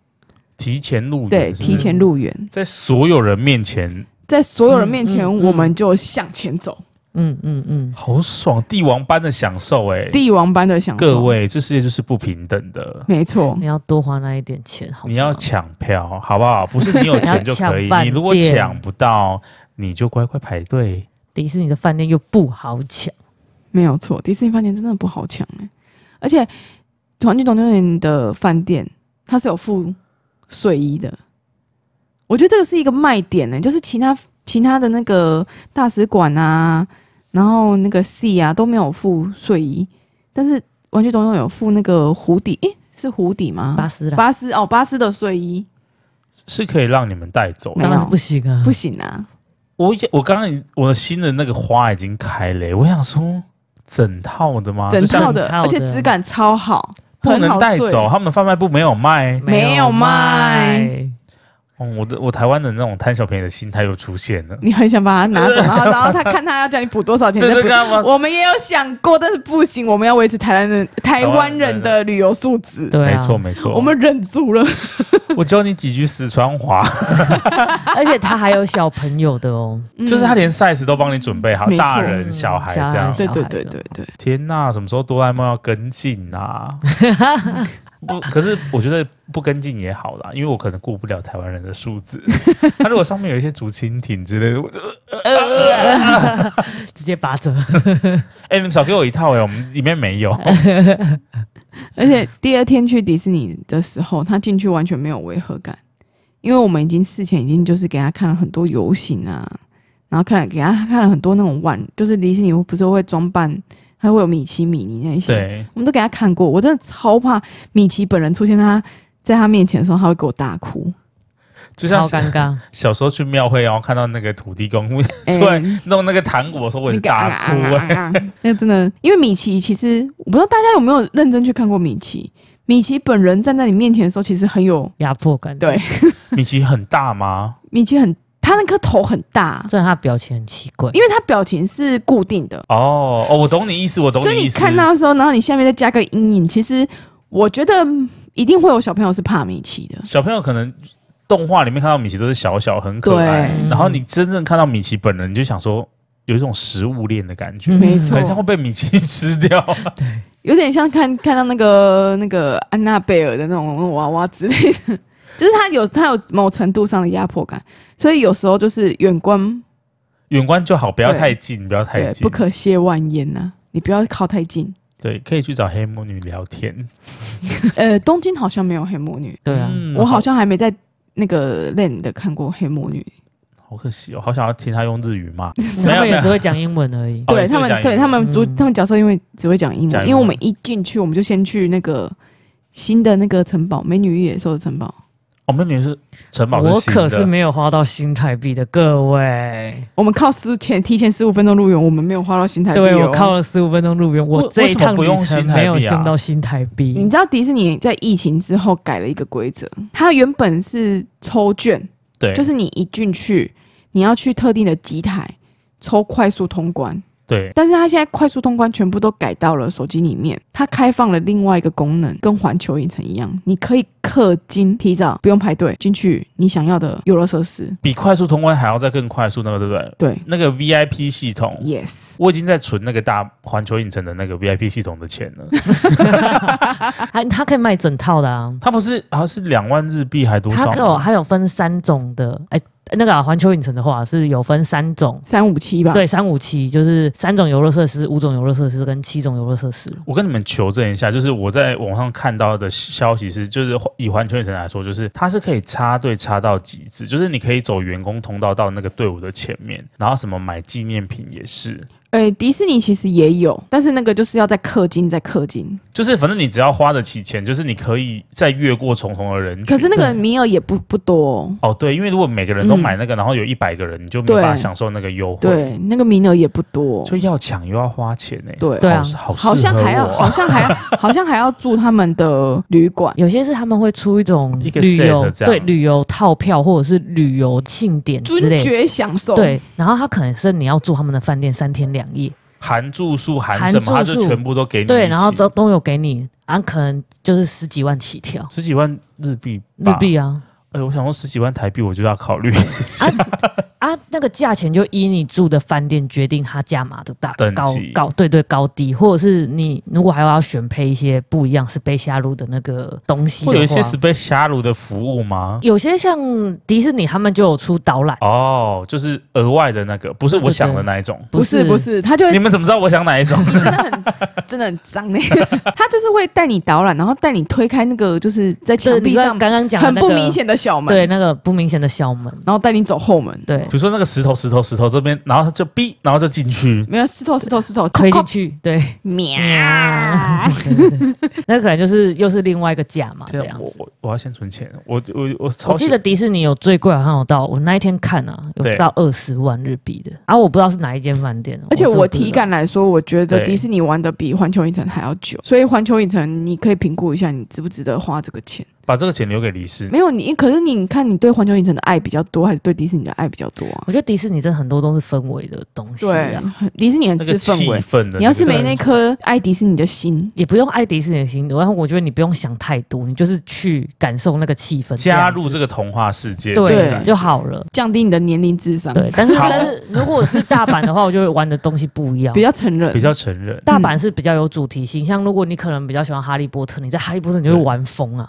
Speaker 1: 提前入园是
Speaker 3: 对，
Speaker 1: 不是
Speaker 3: 提前入园，
Speaker 1: 在所有人面前，
Speaker 3: 在所有人面前，
Speaker 2: 嗯嗯嗯
Speaker 3: 我们就向前走，
Speaker 2: 嗯嗯嗯，
Speaker 1: 好爽，帝王般的享受哎、
Speaker 3: 帝王般的享受。
Speaker 1: 各，位，这世界就是不平等的，
Speaker 3: 没错
Speaker 2: 你，要多花那一点钱，好吗
Speaker 1: 你要抢票好不好？不是你
Speaker 3: [LAUGHS]
Speaker 1: 有钱就可
Speaker 2: 你要抢
Speaker 1: 以，
Speaker 2: 饭店
Speaker 1: 你如果抢不到，你就乖乖排队。
Speaker 2: 迪士尼的饭店又不好抢，
Speaker 3: 没有错，迪士尼饭店真的不好抢哎、而且《玩具总动员》的饭店它是有附睡衣的，我觉得这个是一个卖点呢、欸就是其他其他的那个大使馆啊，然后那个 C 啊都没有附睡衣，但是《玩具总动员》有附那个蝴蝶，诶、是蝴蝶吗？
Speaker 2: 巴啊斯啦，
Speaker 3: 啊巴斯哦，巴斯的睡衣
Speaker 1: 是可以让你们带走的。
Speaker 3: 没有
Speaker 2: 当然是不行啊，
Speaker 3: 不行啊，
Speaker 1: 我也我刚刚已我的新的那个花已经开了欸、我想说整套的吗？
Speaker 3: 整
Speaker 1: 啊就像
Speaker 3: 套的，
Speaker 2: 整套的
Speaker 3: 而且质感超好，
Speaker 1: 不
Speaker 3: 很
Speaker 1: 能
Speaker 3: 好
Speaker 1: 带 [LAUGHS]
Speaker 3: 睡
Speaker 1: 走，他们贩卖部没有卖。
Speaker 3: 没有卖
Speaker 2: 卖，
Speaker 1: 嗯，我的我台湾的那种贪小便宜的心态又出现了。
Speaker 3: 你很想把它拿走，然后然后他看他要叫你补多少钱
Speaker 1: 对
Speaker 3: 再
Speaker 1: 对，
Speaker 3: 补。
Speaker 1: 干嘛？
Speaker 3: 我们也有想过，但是不行，我们要维持台湾人台湾人的旅游素质。
Speaker 2: 对啊，
Speaker 1: 没错，没错，
Speaker 3: 我们忍住了，
Speaker 1: 我教你几句四川话，
Speaker 2: 而且他还有小朋友的
Speaker 3: [LAUGHS]
Speaker 2: 哦，
Speaker 1: [LAUGHS] 就是他连 size 都帮你准备好，
Speaker 3: 嗯没错
Speaker 1: 大人小孩这样
Speaker 2: 嗯。
Speaker 3: 对
Speaker 2: 小孩
Speaker 3: 对
Speaker 2: 的
Speaker 3: 对对对，
Speaker 1: 天呐，什么时候哆啦 A 梦要跟进啊？
Speaker 3: [LAUGHS]
Speaker 1: 不，可是我觉得不跟进也好啦，因为我可能顾不了台湾人的素质。 [LAUGHS] 他如果上面有一些竹蜻蜓之类的，我就
Speaker 2: 直接八折。
Speaker 1: 哎、你们少给我一套哎、我们里面没
Speaker 3: [LAUGHS]
Speaker 1: 有。
Speaker 3: 而且第二天去迪士尼的时候，他进去完全没有违和感，因为我们已经事前已经就是给他看了很多游行啊，然后看了给他看了很多那种玩，就是迪士尼不是会装扮，还会有米奇、米妮那一些，
Speaker 1: 对，
Speaker 3: 我们都给他看过。我真的超怕米奇本人出现在他在他面前的时候，他会给我
Speaker 1: [LAUGHS]
Speaker 3: 大哭。
Speaker 1: 就像
Speaker 2: 超
Speaker 1: 是
Speaker 2: 尴尬，
Speaker 1: 小时候去庙会，然后看到那个土地公出来
Speaker 3: 哎
Speaker 1: 弄那个糖果的时候，我也
Speaker 3: 那
Speaker 1: 是
Speaker 3: 个
Speaker 1: 大哭哎、
Speaker 3: 啊啊啊啊 [LAUGHS] 那真的，因为米奇其实我不知道大家有没有认真去看过米奇。米奇本人站在你面前的时候，其实很有
Speaker 2: 压迫感。
Speaker 3: 对
Speaker 1: 米奇很大吗？
Speaker 3: 米奇很他那颗头很大，
Speaker 2: 真的他表情很奇怪，
Speaker 3: 因为他表情是固定的，
Speaker 1: 哦哦，我懂你意思，我懂
Speaker 3: 所以
Speaker 1: 意
Speaker 3: 你
Speaker 1: 思。
Speaker 3: 看到的时候，然后你下面再加个阴影，其实我觉得一定会有小朋友是怕米奇的。
Speaker 1: 小朋友可能动画里面看到米奇都是小小很可爱
Speaker 3: 对，
Speaker 1: 然后你真正看到米奇本人，你就想说有一种食物链的感觉，
Speaker 2: 嗯
Speaker 3: 没错
Speaker 1: 很像会被米奇吃掉。 [LAUGHS]
Speaker 3: 有点像看看到那个那个安娜贝尔的那种娃娃之类的， [LAUGHS] 就是他有他有某程度上的压迫感，所以有时候就是远观
Speaker 1: 远观就好，不要
Speaker 3: 对
Speaker 1: 太近，不要太
Speaker 3: 对
Speaker 1: 近
Speaker 3: 不。可亵玩焉呐、你不要靠
Speaker 1: [LAUGHS]
Speaker 3: 太近。
Speaker 1: 对，可以去找黑魔女聊天。
Speaker 3: 呃，东京好像没有黑魔女，
Speaker 2: 对啊，
Speaker 1: 嗯
Speaker 3: 我好像还没在那个 land 看过黑魔女。
Speaker 1: 好可惜哦，好想要听他用日语骂。没
Speaker 2: 他
Speaker 1: 有没
Speaker 2: 们也只
Speaker 1: 有，
Speaker 2: 会讲英文而已。
Speaker 1: 哦
Speaker 3: 对
Speaker 1: 你是
Speaker 3: 他
Speaker 1: 会讲
Speaker 3: 们，
Speaker 1: 英
Speaker 3: 对
Speaker 1: 文
Speaker 3: 他们主
Speaker 2: 嗯
Speaker 3: 他们角色因为只会讲英
Speaker 1: 讲英文
Speaker 3: 文，因为我们一进去我们就先去那个新的那个城堡，美女与野兽的城堡。
Speaker 1: 哦我们女是城堡
Speaker 2: 我
Speaker 1: 是新
Speaker 2: 可是
Speaker 1: 的，
Speaker 2: 没有花到新台币的，各位。
Speaker 3: 我们靠十前提前十五分钟入园，我们没有花到新台币、哦。
Speaker 2: 对我靠了十五分钟入园，
Speaker 1: 为
Speaker 2: 我这一
Speaker 1: 为什么
Speaker 2: 趟旅
Speaker 1: 不用新
Speaker 2: 程
Speaker 1: 台币啊
Speaker 2: 没有用到新台
Speaker 3: 你
Speaker 2: 币。
Speaker 3: 知道迪士尼在疫情之后改了一个规则，它原本是抽券，
Speaker 1: 对，
Speaker 3: 就是你一进去，你要去特定的机台抽快速通关，
Speaker 1: 对，
Speaker 3: 但是它现在快速通关全部都改到了手机里面，它开放了另外一个功能，跟环球影城一样，你可以氪金，提早不用排队进去你想要的游乐设施。
Speaker 1: 比快速通关还要再更快速，那个对不对？
Speaker 3: 对
Speaker 1: 那个 VIP 系统，
Speaker 3: ，yes，
Speaker 1: 我已经在存那个大环球影城的那个 VIP 系统的钱了。
Speaker 2: 还它可以卖整套的啊，
Speaker 1: 它不是好像是两万日币还多
Speaker 2: 它
Speaker 1: 少
Speaker 2: 可有
Speaker 1: 吗？
Speaker 2: 还有分三种的，哎、那个啊环、球影城的话是有分三种。
Speaker 3: 三五七吧。
Speaker 2: 对，三五七就是三种游乐设施、五种游乐设施跟七种游乐设施。
Speaker 1: 我跟你们求证一下，就是我在网上看到的消息是，就是以环球影城来说，就是它是可以插队插到极致，就是你可以走员工通道到那个队伍的前面，然后什么买纪念品也是，
Speaker 3: 哎、迪士尼其实也有，但是那个就是要再氪金，再氪金。
Speaker 1: 就是反正你只要花得起钱，就是你可以再越过重重的人群。
Speaker 3: 可是那
Speaker 2: 对
Speaker 3: 个名额也不不多、哦。
Speaker 1: 哦，对，因为如果每个人都
Speaker 3: 嗯
Speaker 1: 买那个，然后有一百个人，你就没有办法
Speaker 3: 对
Speaker 1: 享受那个优惠。
Speaker 3: 对，那个名额也不多。
Speaker 1: 就要抢又要花钱呢、
Speaker 3: 对
Speaker 2: 对啊
Speaker 1: 好
Speaker 3: 好像
Speaker 2: [LAUGHS]
Speaker 3: 还要，好
Speaker 1: 好
Speaker 3: 像还要，好像还要住他们的旅馆。
Speaker 2: 有些是他们会出一种
Speaker 1: 一个
Speaker 2: 旅
Speaker 1: set
Speaker 2: 游
Speaker 1: 这样
Speaker 2: 对旅游套票或者是旅游庆典之
Speaker 3: 尊
Speaker 2: 类的。
Speaker 3: 爵享受，，
Speaker 2: 对，然后他可能是你要住他们的饭店三天两夜，
Speaker 1: [LAUGHS] 含住宿含
Speaker 2: 含
Speaker 1: 什么，他就
Speaker 2: 住宿
Speaker 1: 全部都给你一起。
Speaker 2: 对，然后都都有给你，啊，可能就是十几万起跳
Speaker 1: 十几万日币，
Speaker 2: 日。币啊，
Speaker 1: 哎，我想说十几万台币，我就要考虑
Speaker 2: 啊，那个价钱就依你住的饭店决定它价码的大
Speaker 1: 等
Speaker 2: 高
Speaker 1: 级
Speaker 2: 高，对对高低，或者是你如果还要选配一些不一样是被下入的那个东西的
Speaker 1: 会
Speaker 2: 话，
Speaker 1: 有一些 Space Shuttle 的服务吗？
Speaker 2: 有些像迪士尼他们就有出导览，
Speaker 1: 哦，就是额外的那个，不是我想的那一种。
Speaker 3: 不是不是，他就
Speaker 1: 你
Speaker 3: 会
Speaker 1: 们怎么知道我想哪一种？
Speaker 3: 真的很真的很脏那个，他就是会带你导览，然后带你推开那个就是在
Speaker 2: 就是
Speaker 3: 墙
Speaker 2: 你
Speaker 3: 壁
Speaker 2: 刚
Speaker 3: 上
Speaker 2: 刚刚讲的
Speaker 3: 很
Speaker 2: 那
Speaker 3: 不
Speaker 2: 个
Speaker 3: 明显的小门，
Speaker 2: 对，那个不明显的小门，
Speaker 3: 然后带你走后门，
Speaker 2: 对
Speaker 1: 比，如说那个石头，石头，石头这边，然后他就哔，然后就进去。
Speaker 3: 没有啊石头石头石头，
Speaker 2: 推
Speaker 3: 扣啊
Speaker 2: 进
Speaker 3: 扣
Speaker 2: 去，对，嗯
Speaker 3: 喵，
Speaker 2: [LAUGHS] 那可能就是又是另外一个价码这
Speaker 1: 天啊
Speaker 2: 样
Speaker 1: 我
Speaker 2: 子。
Speaker 1: 我我要先存钱，我我我超
Speaker 2: 我记得迪士尼有最贵，好像有到我那一天看啊，
Speaker 1: 对
Speaker 2: 有到二十万日币的，啊，我不知道是哪一间饭店。
Speaker 3: [LAUGHS] 而
Speaker 2: 真
Speaker 3: 且
Speaker 2: 的
Speaker 3: 我
Speaker 2: 不知道
Speaker 3: 体感来说，我觉得
Speaker 1: 对
Speaker 3: 迪士尼玩的比环球影城还要久，所以环球影城你可以评估一下你值不值得花这个钱。
Speaker 1: 把这个钱留给离世。
Speaker 3: 没有你，可是你看，你对环球影城的爱比较多，还是对迪士尼的爱比较
Speaker 2: [LAUGHS]
Speaker 3: 多啊？
Speaker 2: 我觉得迪士尼真的很多都是氛围的东西
Speaker 3: 对
Speaker 2: 啊，，
Speaker 3: 迪士尼很
Speaker 1: 那
Speaker 3: 吃
Speaker 1: 个气
Speaker 3: 氛围。
Speaker 1: 氛的那个，
Speaker 3: 你要是
Speaker 2: 对
Speaker 3: 没那颗爱迪士尼的心，
Speaker 2: 也不用爱迪士尼的心，然后我觉得你不用想太多，你就是去感受那个气氛，
Speaker 1: 加入
Speaker 2: 这
Speaker 1: 这个童话世界，
Speaker 2: 样子
Speaker 1: 这个
Speaker 2: 对
Speaker 1: 感觉
Speaker 2: 就好了。
Speaker 3: 降低你的年龄智商，
Speaker 2: 对，但是
Speaker 1: 好
Speaker 2: 但是如果是大阪的话，我就会玩的东西不一样
Speaker 3: 比。较嗯成人，
Speaker 1: 比较成人。
Speaker 2: 大阪是比较有主题性，像如果你可能比较喜欢哈利波特，你在哈利波特你就会
Speaker 1: 对
Speaker 2: 玩疯啊。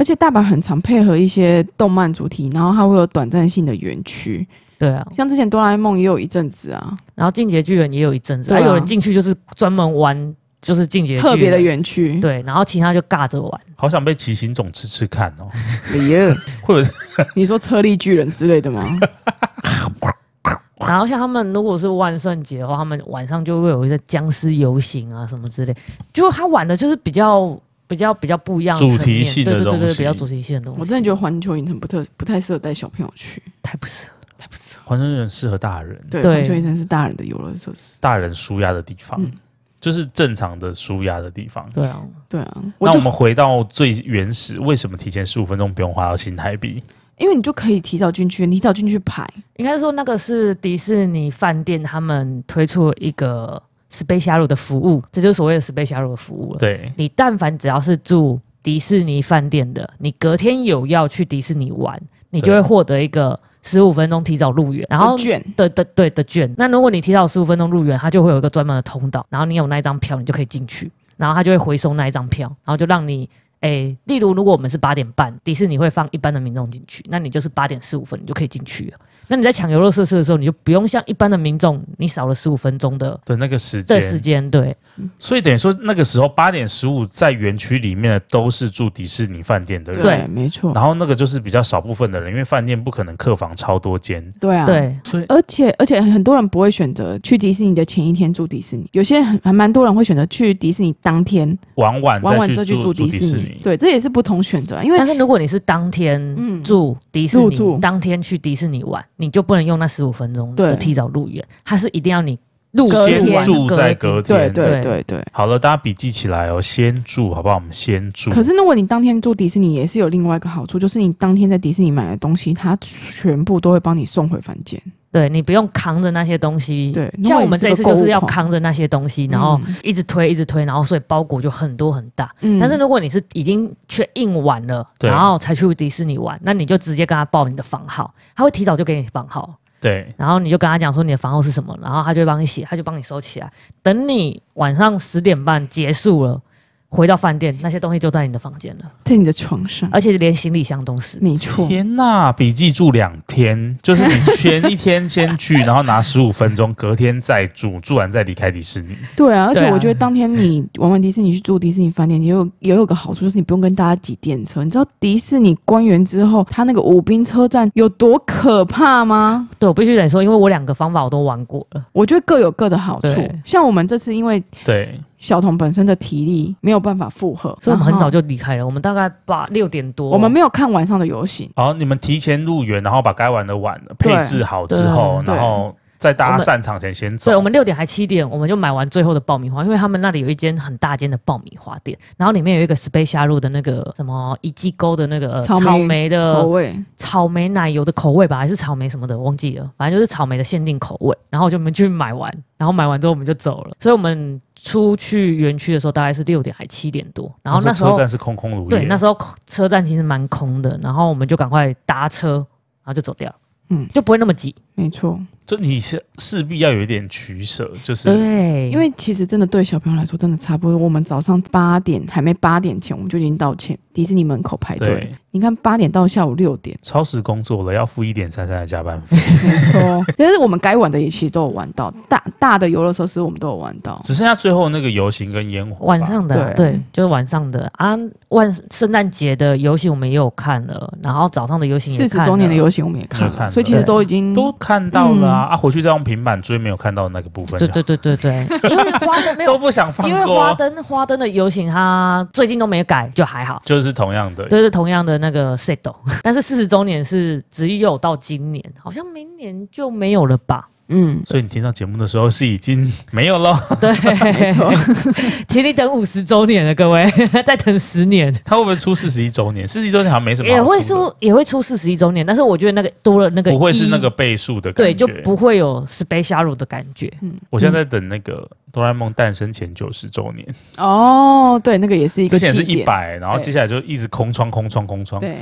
Speaker 3: 而且大阪很常配合一些动漫主题，然后它会有短暂性的园区，
Speaker 2: 对啊，
Speaker 3: 像之前哆啦 A 梦也有一阵子啊，
Speaker 2: 然后进阶巨人也有一阵子，
Speaker 3: 对啊
Speaker 2: 还有人进去就是专门玩，就是进阶巨人
Speaker 3: 特别的园区，
Speaker 2: 对，然后其他就尬着玩。
Speaker 1: 好想被骑行种吃吃看哦，
Speaker 3: 对，
Speaker 1: 或者是
Speaker 3: [LAUGHS]
Speaker 1: [LAUGHS]
Speaker 3: 你说车力巨人之类
Speaker 2: [LAUGHS]
Speaker 3: 的吗？
Speaker 2: 然后像他们如果是万圣节的话，他们晚上就会有一些僵尸游行啊什么之类，就他玩的就是比较比较比较不一样的
Speaker 1: 主
Speaker 2: 层
Speaker 1: 题
Speaker 2: 面
Speaker 1: 性
Speaker 2: 对
Speaker 1: 的
Speaker 2: 对对
Speaker 1: 东
Speaker 2: 对，比较
Speaker 1: 西
Speaker 2: 主题性的东西。
Speaker 3: 我真的觉得环球影城不特不太适合带小朋友去，
Speaker 2: 太不适合了。
Speaker 3: 太不适合。
Speaker 1: 环球影城适合大人，
Speaker 3: 对，
Speaker 2: 对
Speaker 3: 环球影城是大人的游乐设施。
Speaker 1: 大人舒压的地方
Speaker 3: 嗯，
Speaker 1: 就是正常的舒压的地方。
Speaker 2: 对啊，
Speaker 3: 对啊，
Speaker 1: 那
Speaker 3: 我
Speaker 1: 我
Speaker 3: 就
Speaker 1: 们回到最原始，为什么提前十五分钟不用花到新台币？
Speaker 3: 因为你就可以提早进去，你提早进去排，
Speaker 2: 应该说那个是迪士尼饭店他们推出一个 Space Shuttle 的服务，这就是所谓的 Space Shuttle 的服务了。
Speaker 1: 对，
Speaker 2: 你但凡只要是住迪士尼饭店的，你隔天有要去迪士尼玩，你就
Speaker 1: 对
Speaker 2: 会获得一个十五分钟提早入园，然后
Speaker 3: 有券
Speaker 2: 的的对的券。那如果你提早十五分钟入园，它就会有一个专门的通道，然后你有那一张票，你就可以进去，然后它就会回收那一张票，然后就让你。诶，例如，如果我们是八点半，迪士尼会放一般的民众进去，那你就是八点十五分，你就可以进去了。那你在抢游乐设施的时候，你就不用像一般的民众，你少了十五分钟的
Speaker 1: 的那个时间，
Speaker 2: 的时间。对，
Speaker 1: 所以等于说那个时候八点十五在园区里面的都是住迪士尼饭店的人，
Speaker 2: 对
Speaker 3: 没错，
Speaker 1: 然后那个就是比较少部分的人，因为饭店不可能客房超多间，
Speaker 3: 对啊，。
Speaker 2: 对，
Speaker 1: 所以
Speaker 3: 而且而且很多人不会选择去迪士尼的前一天住迪士尼，有些人很还蛮多人会选择去迪士尼当天
Speaker 1: 晚晚
Speaker 3: 玩
Speaker 1: 再
Speaker 3: 完之
Speaker 1: 去
Speaker 3: 后去住
Speaker 1: 住
Speaker 3: 迪
Speaker 1: 迪
Speaker 3: 士尼
Speaker 1: 尼，。
Speaker 3: 对，这也是不同选择啊，因为
Speaker 2: 但是如果你是当天
Speaker 3: 嗯
Speaker 2: 住迪士
Speaker 3: 入
Speaker 2: 尼，
Speaker 3: 住
Speaker 2: 当天去迪士尼玩，你就不能用那十五分钟
Speaker 3: 对
Speaker 2: 的提早入园，它是一定要你入
Speaker 3: 隔
Speaker 2: 园
Speaker 3: 天
Speaker 1: 先
Speaker 2: 完
Speaker 1: 住
Speaker 2: 的
Speaker 1: 在
Speaker 2: 隔
Speaker 1: 隔天。
Speaker 2: 天
Speaker 3: 对对
Speaker 2: 对
Speaker 3: 对对。
Speaker 1: 好了，大家笔记起来哦，先住好不好？我们先住。
Speaker 3: 可是如果你当天住迪士尼，也是有另外一个好处，就是你当天在迪士尼买的东西，它全部都会帮你送回房间。
Speaker 2: 对你不用扛着那些东西。
Speaker 3: 对如
Speaker 2: 像
Speaker 3: 果
Speaker 2: 我
Speaker 3: 你
Speaker 2: 们
Speaker 3: 是
Speaker 2: 这一
Speaker 3: 个
Speaker 2: 次
Speaker 3: 购
Speaker 2: 就
Speaker 3: 物
Speaker 2: 是要
Speaker 3: 狂
Speaker 2: 扛着那些东西，然后
Speaker 3: 嗯
Speaker 2: 一直推一直推，然后所以包裹就很多很大。
Speaker 3: 嗯
Speaker 2: 但是如果你是已经确印完了，
Speaker 1: 对
Speaker 2: 然后才去迪士尼玩，那你就直接跟他报你的房号，他会提早就给你房号。
Speaker 1: 对，
Speaker 2: 然后你就跟他讲说你的房号是什么，然后他就会帮你写，他就帮你收起来。等你晚上十点半结束了，回到饭店，那些东西就在你的房间了，
Speaker 3: 在你的床上，
Speaker 2: 而且连行李箱都是。
Speaker 3: 没错，
Speaker 1: 天呐，笔记住两天，就是你前一天先去，然后拿十五分钟，隔天再住，住完再离开迪士尼。
Speaker 3: 对啊。而且
Speaker 2: 对啊
Speaker 3: 我觉得当
Speaker 2: [LAUGHS]
Speaker 3: 天你玩完迪士尼去住迪士尼饭店，也有也有个好处，就是你不用跟大家挤电车。你知道迪士尼官员之后，它那个武滨车站有多可怕吗？
Speaker 2: 对我必须得说，因为我两个方法我都玩过了，
Speaker 3: 我觉得各有各的好处
Speaker 2: 对。
Speaker 3: 像我们这次因为
Speaker 1: 对，
Speaker 3: 小童本身的体力没有办法负荷，
Speaker 2: 所以我们很早
Speaker 3: 就
Speaker 2: 就离开了。我们大概八六点多，
Speaker 3: 我们没有看晚上的游行。
Speaker 1: 好，你们提前入园，然后把该玩的玩了，
Speaker 3: 对
Speaker 1: 配置好之后，
Speaker 3: 对
Speaker 1: 然后在大
Speaker 2: 我
Speaker 1: 家
Speaker 2: 们
Speaker 1: 散场前先走。
Speaker 2: 对，我们六点还七点，我们就买完最后的爆米花，因为他们那里有一间很大间的爆米花店，然后里面有一个 Space 虾肉的那个什么一季沟的那个呃
Speaker 3: 草莓哦
Speaker 2: 的
Speaker 3: 口味，
Speaker 2: 草莓奶油的口味吧，还是草莓什么的，忘记了，反正就是草莓的限定口味。然后我就我们去买完，然后买完之后我们就走了。所以我们出去园区的时候大概是六点还七点多，然后那时
Speaker 1: 车
Speaker 2: 候
Speaker 1: 站是空空如也，
Speaker 2: 对那时候车站其实蛮空的，然后我们就赶快搭车，然后就走掉了，
Speaker 3: 嗯
Speaker 2: 嗯，就不会那么挤。
Speaker 3: 没错。
Speaker 1: 就你是势必要有一点取舍，就是
Speaker 2: 对，
Speaker 3: 因为其实真的对小朋友来说，真的差不多。我们早上八点还没八点前，我们就已经到前迪士尼门口排队
Speaker 1: 对。，
Speaker 3: 你看八点到下午六点
Speaker 1: 超时工作了，要付一点三三的加班
Speaker 2: [LAUGHS]
Speaker 1: 费，
Speaker 3: 没错。 [LAUGHS] 但是我们该玩的也其实都有玩到，大大的游乐设施我们都有玩到。
Speaker 1: 只剩下最后那个游行跟烟火吧。
Speaker 2: 晚上的啊
Speaker 3: 对
Speaker 2: 对，就是晚上的啊，万圣诞节的游行我们也有看了，然后早上的游行也
Speaker 3: 四
Speaker 2: 看
Speaker 3: 十周年的
Speaker 2: 了
Speaker 3: 游行我们也看
Speaker 1: 也看
Speaker 3: 了，
Speaker 1: 了
Speaker 3: 所以其实都已
Speaker 2: 嗯
Speaker 3: 经
Speaker 1: 都看到了啊，啊回去再用平板追没有看到的啊那个部分就
Speaker 2: 对
Speaker 1: 好，
Speaker 2: 对对对对，因为花灯
Speaker 1: [LAUGHS]
Speaker 2: 没有
Speaker 1: 都不想放
Speaker 2: 因为花
Speaker 1: 过，啊
Speaker 2: 灯花灯的游行，它最近都没改，就还好。
Speaker 1: 就是同样的。
Speaker 2: 就是同样的那
Speaker 1: [LAUGHS]
Speaker 2: 个 [LAUGHS] set，但是四十周年是只有到今年，好像明年就没有了吧？
Speaker 3: 嗯，
Speaker 1: 所以你听到节目的时候是已经没有
Speaker 2: [LAUGHS]
Speaker 1: 了。
Speaker 2: 对，
Speaker 3: 没
Speaker 2: [LAUGHS]
Speaker 3: 错，
Speaker 2: 请你等五十周年了，各位， [LAUGHS] 再等十年。
Speaker 1: 他会不会出四十一周年？四十一周年好像没什么好
Speaker 2: 也会
Speaker 1: 出的
Speaker 2: 出也会出四十一周年，但是我觉得那个多了那个
Speaker 1: 不会是
Speaker 2: 一
Speaker 1: 那个倍数的感
Speaker 2: 对，
Speaker 1: 觉。嗯
Speaker 2: 就不会有 special 的感觉。
Speaker 1: 我现在在等那个哆啦 A 梦诞生前九十周年，
Speaker 3: 哦，对，那个也是一个
Speaker 1: 之前是
Speaker 3: 祭
Speaker 1: 一
Speaker 3: 典，
Speaker 1: 百，然后
Speaker 3: 对
Speaker 1: 接下来就一直空窗、空窗、空窗。
Speaker 3: 对，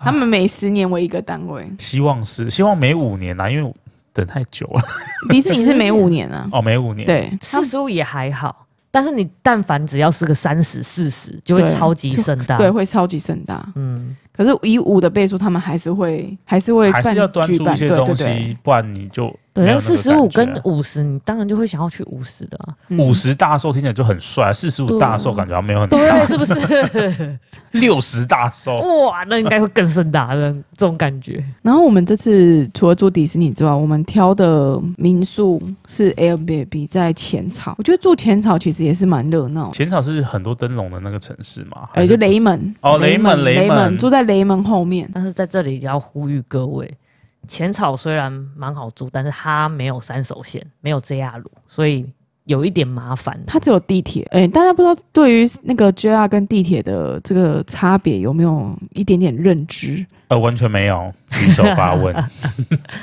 Speaker 3: 他们每十年为一个单位，
Speaker 1: 希望是希望每五年啦、因为我等太久
Speaker 2: [LAUGHS]
Speaker 1: 了。
Speaker 3: 迪士尼是每五年啊，
Speaker 1: 哦，每五年。，
Speaker 3: 对，
Speaker 2: 四十五也还好，但是你但凡只要是个三十、四十，就会
Speaker 3: 对
Speaker 2: 超级盛大。
Speaker 3: 对，会超级盛大。
Speaker 2: 嗯，
Speaker 3: 可是以五的倍数，他们还是会还是会
Speaker 1: 还是
Speaker 3: 办
Speaker 1: 要端
Speaker 3: 举
Speaker 1: 出
Speaker 3: 办
Speaker 1: 一些
Speaker 3: 对对
Speaker 1: 东西，
Speaker 3: 对
Speaker 1: 不然你就
Speaker 2: 对。
Speaker 1: 没有
Speaker 2: 那
Speaker 1: 那
Speaker 2: 四
Speaker 1: 个
Speaker 2: 十五
Speaker 1: 感
Speaker 2: 跟
Speaker 1: 觉啊
Speaker 2: 五十，你当然就会想要去五十的啊。 [LAUGHS]
Speaker 3: 嗯
Speaker 1: 五十大寿听起来就很帅，啊四十五
Speaker 2: 对啊
Speaker 1: 大寿感觉好像没有很
Speaker 2: 对，
Speaker 1: 大，
Speaker 2: 是不是？
Speaker 1: [LAUGHS]
Speaker 2: [LAUGHS]
Speaker 1: 六十大寿
Speaker 2: 哇，那应该会更盛大的这种感觉。
Speaker 3: 然后我们这次除了住迪士尼之外，我们挑的民宿是 Airbnb 在浅草。我觉得住浅草其实也是蛮热闹的，
Speaker 1: 浅草是很多灯笼的那个城市嘛？
Speaker 3: 哎、
Speaker 1: 还是
Speaker 3: 就
Speaker 1: 不是
Speaker 3: 雷门
Speaker 1: 哦雷门
Speaker 3: 门
Speaker 1: 雷
Speaker 3: 雷
Speaker 1: 门
Speaker 3: 住在雷门后面。
Speaker 2: 但是在这里要呼吁各位，浅草虽然蛮好住，但是它没有三手线，没有 JR 路，所以有一点麻烦。
Speaker 3: 它只有地铁，哎、大家不知道对于那个 JR 跟地铁的这个差别有没有一点点认知？
Speaker 1: 呃，完全没有，举手发问。
Speaker 2: [LAUGHS]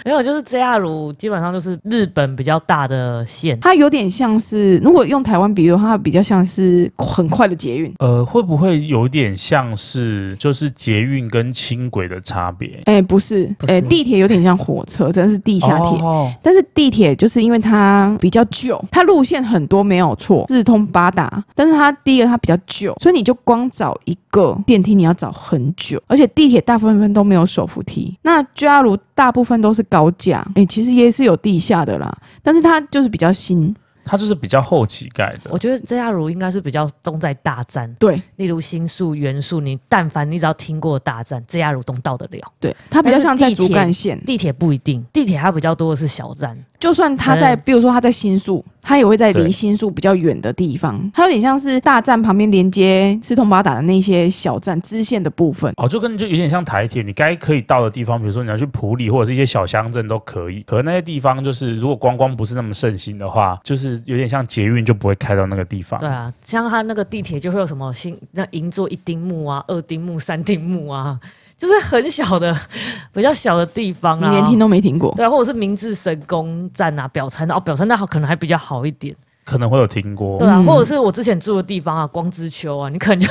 Speaker 2: 没有，就是 JR 路基本上就是日本比较大的线，
Speaker 3: 它有点像是，如果用台湾比喻的话，它比较像是很快的捷运。
Speaker 1: 呃，会不会有点像是就是捷运跟轻轨的差别？
Speaker 3: 哎、不是，
Speaker 2: 不是
Speaker 3: 哎、地铁有点像火车，真的是地下铁。
Speaker 1: 哦
Speaker 3: 但是地铁就是因为它比较旧，它路线很多没有错，四通八达。但是它第一个它比较旧，所以你就光找一个电梯，你要找很久。而且地铁大部分都没有手扶梯，那 JR 路大部分都是高架，诶、其实也是有地下的啦，但是它就是比较新。
Speaker 1: 它就是比较后乞丐的
Speaker 2: 我。觉得 JR 路应该是比较东在大站，
Speaker 3: 对
Speaker 2: 例如新宿、原宿，你但凡你只要听过大站，JR 路都到得了。
Speaker 3: 对，它比较像在
Speaker 2: 但是地
Speaker 3: 主
Speaker 2: 铁
Speaker 3: 干线，
Speaker 2: 地铁不一定，地铁它比较多的是小站，
Speaker 3: 就算它在，
Speaker 2: 嗯
Speaker 3: 比如说它在新宿，它也会在离
Speaker 1: 对
Speaker 3: 新宿比较远的地方，它有点像是大站旁边连接四通八达的那些小站支线的部分。
Speaker 1: 哦，就跟就有点像台铁，你该可以到的地方，比如说你要去普里或者是一些小乡镇都可以。可能那些地方就是，如果观光不是那么盛行的话，就是有点像捷运就不会开到那个地方。
Speaker 2: 对啊，像它那个地铁就会有什么新那银座一丁目啊、二丁目、三丁目啊， [LAUGHS] 就是很小的、 [LAUGHS] 比较小的地方
Speaker 3: 你
Speaker 2: 啊。
Speaker 3: 连听都没听过，
Speaker 2: 对啊，或者是明治神宫站啊、表参道哦，表参道可能还比较好一点。
Speaker 1: 可能会有听过。
Speaker 2: 对啊，
Speaker 3: 嗯
Speaker 2: 或者是我之前住的地方啊，光之丘啊，你 [LAUGHS] 可能就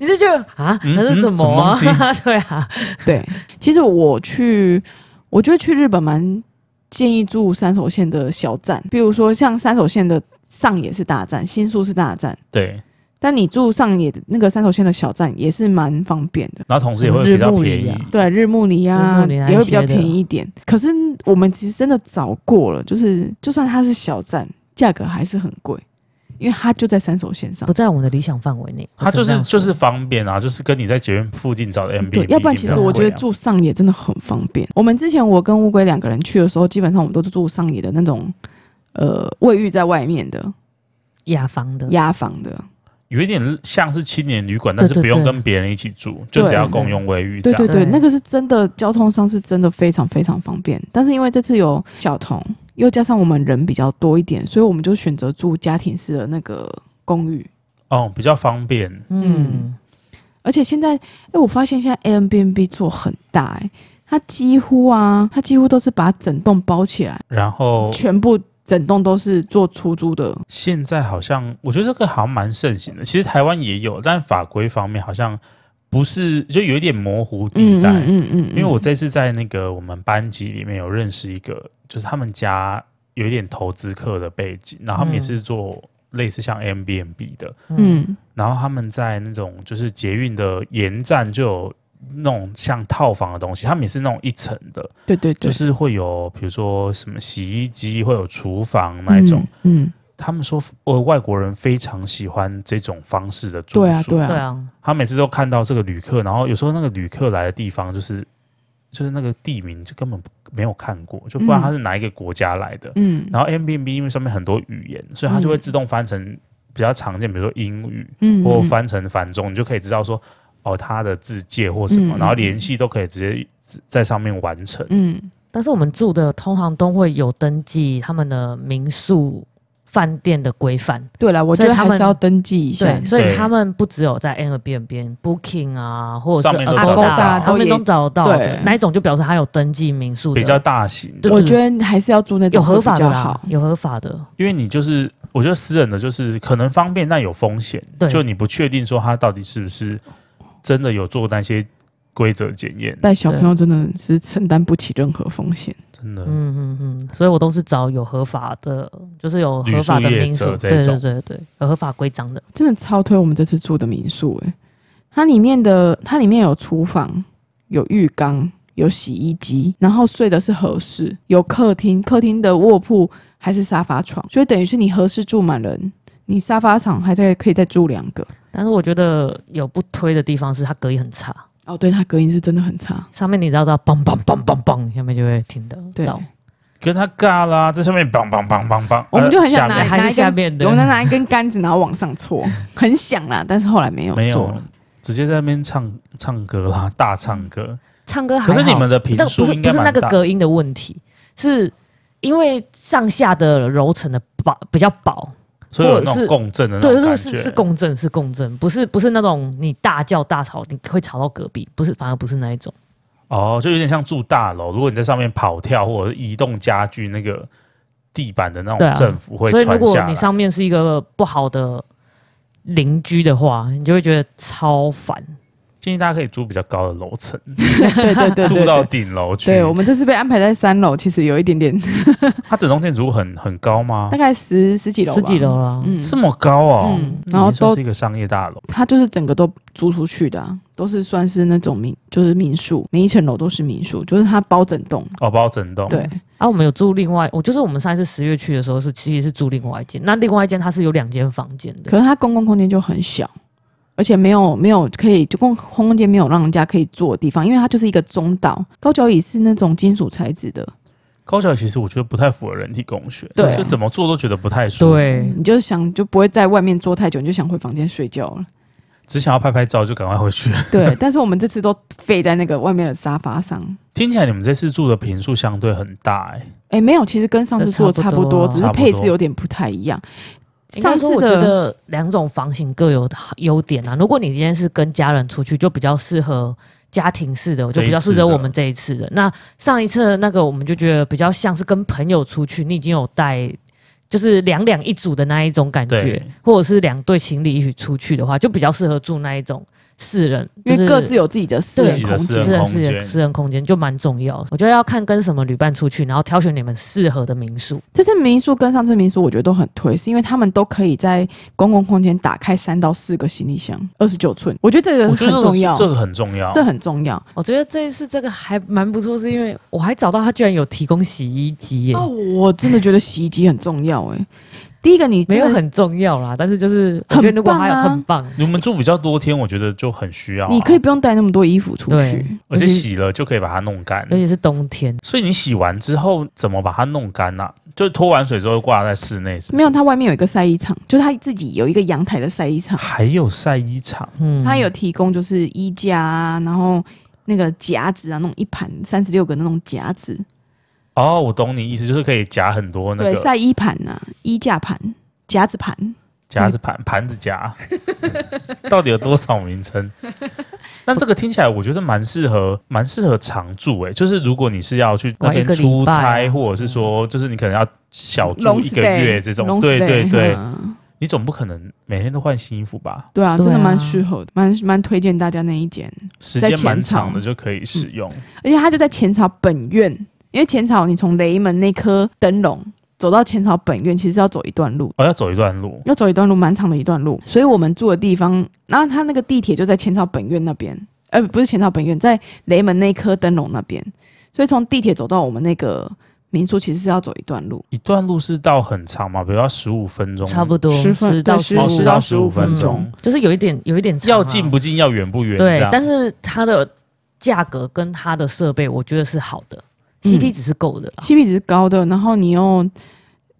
Speaker 2: 你是觉得啊，
Speaker 1: 嗯
Speaker 2: 那是什么啊？
Speaker 1: 嗯什么
Speaker 2: [LAUGHS] 对啊，
Speaker 3: 对，其实我去，我觉得去日本蛮建议住三手线的小站，比如说像三手线的上野是大站，新宿是大站，
Speaker 1: 对，
Speaker 3: 但你住上野的那个三手线的小站也是蛮方便的。
Speaker 1: 然后同时也会比较便宜
Speaker 2: 日暮里。啊
Speaker 3: 对，日暮里啊
Speaker 2: 日暮里那
Speaker 3: 也会比较
Speaker 2: 些的
Speaker 3: 便宜一点。可是我们其实真的找过了，就是就算它是小站，价格还是很贵，因为它就在三手线上
Speaker 2: 不。在我们的理想范围内。
Speaker 1: 它就
Speaker 2: 我只
Speaker 1: 是
Speaker 2: 能这
Speaker 1: 就
Speaker 2: 样说
Speaker 1: 是方便啊，就是跟你在捷运附近找的 M B，
Speaker 3: 嗯对，要不然其
Speaker 1: 啊
Speaker 3: 实我觉得住上野真的很方便。我们之前我跟乌龟两个人去的时候，基本上我们都是住上野的那种，呃，卫浴在外面的
Speaker 2: 雅房的，
Speaker 3: 压房的。
Speaker 1: 有一点像是青年旅馆，但是
Speaker 2: 对对
Speaker 1: 不用
Speaker 2: 对
Speaker 1: 跟别人一起住，就只要共用卫浴这
Speaker 3: 对对
Speaker 1: 样。
Speaker 3: 对，
Speaker 2: 对
Speaker 3: 那个是真的，交通上是真的非常非常方便。但是因为这次有小童，又加上我们人比较多一点，所以我们就选择住家庭式的那个公寓。
Speaker 1: 哦，比较方便。
Speaker 2: 嗯，
Speaker 3: 而且现在，哎、我发现现在 Airbnb 做很大、哎，它几乎啊，它几乎都是把整栋包起来，
Speaker 1: 然后
Speaker 3: 全部整栋都是做出租的
Speaker 1: 现在好像我觉得这个好像蛮盛行的，其实台湾也有，但法规方面好像不是，就有一点模糊地带。
Speaker 3: 嗯嗯
Speaker 1: 因为我这次在那个我们班级里面有认识一个，就是他们家有一点投资客的背景，然后他们也
Speaker 2: 嗯
Speaker 1: 是做类似像 M B N B 的，
Speaker 2: 嗯
Speaker 3: 嗯
Speaker 1: 然后他们在那种就是捷运的沿站就有那种像套房的东西，他们也是那种一层的，
Speaker 3: 对对
Speaker 1: 就
Speaker 3: 对，
Speaker 1: 是会有比如说什么洗衣机，会有厨房那一种。
Speaker 3: 嗯，嗯，
Speaker 1: 他们说，呃，外国人非常喜欢这种方式的住宿。
Speaker 3: 对啊对
Speaker 2: 对
Speaker 3: 啊，
Speaker 2: 啊，
Speaker 1: 他每次都看到这个旅客，然后有时候那个旅客来的地方就是就是那个地名就根本没有看过，就不知道他是哪一个国家来的。
Speaker 3: 嗯
Speaker 1: 然后 M B N B 因为上面很多语言，所以它就会自动翻成比较常见，比如说英语
Speaker 3: 嗯
Speaker 1: 或
Speaker 3: 嗯
Speaker 1: 翻成繁中，你就可以知道说哦他的字界或什么，
Speaker 3: 嗯
Speaker 1: 然后联系都可以直接在上面完成。
Speaker 3: 嗯，
Speaker 2: 但是我们住的通常都会有登记他们的民宿、饭店的规范，
Speaker 3: 对了，我觉
Speaker 2: 所
Speaker 3: 得
Speaker 2: 以他
Speaker 3: 还是
Speaker 2: 们
Speaker 3: 要登记一下
Speaker 2: 对，。所以
Speaker 1: 对
Speaker 2: 他们不只有在 Airbnb、Booking 啊，或者
Speaker 1: 上
Speaker 2: 是
Speaker 1: 面都
Speaker 3: 找得到
Speaker 2: Agoda，他们都
Speaker 3: 都也
Speaker 2: 找得到的
Speaker 3: 对，
Speaker 2: 那一种就表示他有登记民宿的，
Speaker 1: 比较大型的
Speaker 2: 对，啊
Speaker 3: 我觉得还是要住那
Speaker 2: 有
Speaker 3: 种会
Speaker 2: 合
Speaker 3: 比
Speaker 2: 法的
Speaker 3: 较
Speaker 2: 啦
Speaker 3: 好，，
Speaker 2: 有合法的，
Speaker 1: 因为你就是我觉得私人的就是可能方便，但有风险，
Speaker 2: 对
Speaker 1: 就你不确定说他到底是不是真的有做那些规则检验，
Speaker 3: 带小朋友真的是承担不起任何风险。
Speaker 1: 真的。
Speaker 2: 嗯嗯嗯，所以我都是找有合法的，就是有合法
Speaker 1: 旅
Speaker 2: 的
Speaker 1: 宿业
Speaker 2: 民宿
Speaker 1: 者，这
Speaker 2: 对对
Speaker 1: 种
Speaker 2: 对对，有合法规章的，
Speaker 3: 真的超推我们这次住的民宿哎、它里面的它里面有厨房，有浴缸，有洗衣机，然后睡的是合适，有客厅，客厅的卧铺还是沙发床，所以等于是你合适住满人，你沙发床还在可以再住两个。
Speaker 2: 但是我觉得有不推的地方是它隔音很差，
Speaker 3: 哦，对，它隔音是真的很差。
Speaker 2: 上面你知道知道梆梆梆梆梆，下面就会听得
Speaker 3: 对，
Speaker 2: 到。
Speaker 1: 跟他尬啦，在上面梆梆梆梆梆，
Speaker 3: 我们就很
Speaker 1: 呃
Speaker 3: 想
Speaker 1: 下
Speaker 3: 拿
Speaker 1: 面
Speaker 2: 还是
Speaker 3: 拿一
Speaker 2: 下
Speaker 3: 根，
Speaker 2: 面的
Speaker 3: 我们拿一根杆子，然后往上戳，很想啦，但是后来没有
Speaker 1: 没
Speaker 3: 做
Speaker 1: 有。直接在那边唱唱歌啦，大唱歌。
Speaker 2: 唱嗯歌还好
Speaker 1: 可是你们的频
Speaker 2: 那个
Speaker 1: 数
Speaker 2: 不是
Speaker 1: 应
Speaker 2: 不
Speaker 1: 该
Speaker 2: 是那
Speaker 1: 蛮
Speaker 2: 个
Speaker 1: 大，
Speaker 2: 隔音的问题，是因为上下的楼层的薄比较薄，
Speaker 1: 所以有那
Speaker 2: 或者
Speaker 1: 种
Speaker 2: 是
Speaker 1: 共振的那
Speaker 2: 对
Speaker 1: 种
Speaker 2: 对
Speaker 1: 感
Speaker 2: 对，
Speaker 1: 觉。
Speaker 2: 是是共振是共振，不是不是那种你大叫大吵你会吵到隔壁，不是反而不是那一种。
Speaker 1: 哦，就有点像住大楼，如果你在上面跑跳或者是移动家具，那个地板的那
Speaker 2: 对
Speaker 1: 种
Speaker 2: 啊
Speaker 1: 振幅会
Speaker 2: 所以如
Speaker 1: 传
Speaker 2: 果
Speaker 1: 下来。
Speaker 2: 你上面是一个不好的邻居的话，你就会觉得超烦。
Speaker 1: 建议大家可以住比较高的楼层，
Speaker 3: 对对对
Speaker 1: 住
Speaker 3: 对
Speaker 1: 到
Speaker 3: 对。
Speaker 1: 顶楼去。
Speaker 3: 对我们这次被安排在三楼，其实有一点点，
Speaker 1: 它整栋建筑物很很高吗
Speaker 3: 大？概十十几楼，
Speaker 2: 十几楼，啦，
Speaker 3: 嗯，
Speaker 1: 这么高哦，
Speaker 3: 嗯，
Speaker 1: 那
Speaker 3: 然后
Speaker 1: 也算
Speaker 3: 都
Speaker 1: 是一个商业大楼。
Speaker 3: 它就是整个都租出去的啊、都是算是那种民，就是民宿，每一层楼都是民宿，就是它包整栋。
Speaker 1: 哦，包整栋，
Speaker 3: 对，
Speaker 2: 啊，我们有住另外，我就是我们上一次十月去的时候是其实是住另外一间，那另外一间它是有两间房间的，
Speaker 3: 可是它公共空间就很小，而且没有没有可以就公空间没有让人家可以坐的地方，因为它就是一个中岛，高脚椅是那种金属材质的，
Speaker 1: 高脚椅其实我觉得不太符合人体工学，
Speaker 3: 对啊
Speaker 1: 就怎么坐都觉得不太舒服。
Speaker 2: 对，
Speaker 3: 你就想就不会在外面坐太久，你就想回房间睡觉了。
Speaker 1: 只想要拍拍照就赶快回去。 [LAUGHS]
Speaker 3: 对，但是我们这次都废在那个外面的沙发上。
Speaker 1: 听起来你们这次住的平数相对很大哎、
Speaker 3: 哎，没有，其实跟上次做的差不多，
Speaker 2: 这
Speaker 3: 只
Speaker 1: 差不多
Speaker 3: 是
Speaker 1: 啊
Speaker 3: 配置有点不太一样。
Speaker 2: 应该
Speaker 3: 上
Speaker 2: 说
Speaker 3: 次
Speaker 2: 我觉
Speaker 3: 的
Speaker 2: 得两种房型各有优点啊。如果你今天是跟家人出去，就比较适合家庭式的，就比较适合我们这一次的。那上一次的那个，我们就觉得比较像是跟朋友出去，你已经有带。就是两两一组的那一种感觉
Speaker 1: 对，
Speaker 2: 或者是两对情侣一起出去的话，就比较适合住那一种四人，
Speaker 3: 因
Speaker 2: 就
Speaker 3: 为
Speaker 2: 是
Speaker 3: 各自有自己的私
Speaker 2: 对
Speaker 3: 人空
Speaker 1: 自己的，
Speaker 3: 间
Speaker 2: 私人
Speaker 1: 空
Speaker 2: 私
Speaker 1: 间
Speaker 2: 人私人空间就蛮重要的。我觉得要看跟什么旅伴出去，然后挑选你们适合的民宿。
Speaker 3: 这次民宿跟上次民宿我觉得都很推，是因为他们都可以在公共空间打开三到四个行李箱，二十九寸，我觉得这个
Speaker 1: 我觉得
Speaker 3: 很
Speaker 1: 这个
Speaker 3: 重
Speaker 1: 是
Speaker 3: 要，
Speaker 1: 这个很重要。
Speaker 3: 这很重要。
Speaker 2: 我觉得这一次这个还蛮不错，是因为我还找到他居然有提供洗衣机耶，
Speaker 3: 哦，我真的觉得洗衣机很重要哎、第一个你真
Speaker 2: 没
Speaker 3: 的
Speaker 2: 有很重要啦，但是就是我
Speaker 3: 很
Speaker 2: 觉得如果
Speaker 3: 棒
Speaker 2: 还有
Speaker 3: 啊
Speaker 2: 很棒，
Speaker 1: 你们住比较多天，我觉得就很需要啊、
Speaker 3: 你可以不用带那么多衣服出去
Speaker 2: 对，
Speaker 1: 而且洗了就可以把它弄干
Speaker 2: 尤。其是冬天，
Speaker 1: 所以你洗完之后怎么把它弄干呢、就脱完水之后挂在室内是吗？
Speaker 3: 没有它外面有一个晒衣场，就是它自己有一个阳台的晒衣场，
Speaker 1: 还有晒衣场，
Speaker 2: 嗯，
Speaker 3: 它有提供就是衣架啊，然后那个夹子啊，那种一盘三十六个那种夹子，
Speaker 1: 哦，我懂你意思，就是可以夹很多那
Speaker 3: 对，
Speaker 1: 个
Speaker 3: 晒衣盘啊，衣架盘、夹子盘。
Speaker 1: 夹子盘盘子夹，到底有多少名称？那这个听起来我觉得蛮适合，蛮适合常住诶、就是如果你是要去那
Speaker 2: 玩一
Speaker 1: 边
Speaker 2: 个礼
Speaker 1: 出
Speaker 2: 拜啊
Speaker 1: 差，或者是说就是你可能要小住
Speaker 3: long
Speaker 1: 一个
Speaker 3: stay，
Speaker 1: 月这种，
Speaker 3: long
Speaker 1: 对
Speaker 3: stay，
Speaker 1: 对对，
Speaker 3: 嗯
Speaker 1: 你总不可能每天都换新衣服吧？
Speaker 3: 对啊，
Speaker 2: 对
Speaker 3: 真的
Speaker 2: 啊
Speaker 3: 蛮适合的，蛮蛮推荐大家那一间，
Speaker 1: 时间蛮
Speaker 3: 浅草
Speaker 1: 长的就可以使用。
Speaker 3: 而且它就在浅草本院，因为浅草你从雷门那颗灯笼走到浅草本院，其实要走一段路。
Speaker 1: 哦，要走一段路，
Speaker 3: 要走一段路，蛮长的一段路，所以我们住的地方，然后它那个地铁就在浅草本院那边，呃，不是浅草本院，在雷门那颗灯笼那边，所以从地铁走到我们那个民宿，其实是要走一段路，
Speaker 1: 一段路是到很长嘛，比如要十五分钟，
Speaker 2: 差不多
Speaker 3: 十嗯分
Speaker 2: 10到
Speaker 3: 对
Speaker 2: 十
Speaker 1: 哦
Speaker 3: 10
Speaker 1: 到
Speaker 3: 到
Speaker 1: 15
Speaker 3: 15
Speaker 1: 分
Speaker 3: 分
Speaker 1: 钟
Speaker 3: 钟。
Speaker 2: 就是有一点有一点长啊
Speaker 1: 要近不近，要远不远，这
Speaker 2: 对
Speaker 1: 样，
Speaker 2: 但是它的价格跟它的设备，我觉得是好的
Speaker 3: 嗯
Speaker 2: ，CP 值是够的啦。
Speaker 3: c p 值是高的，然后你又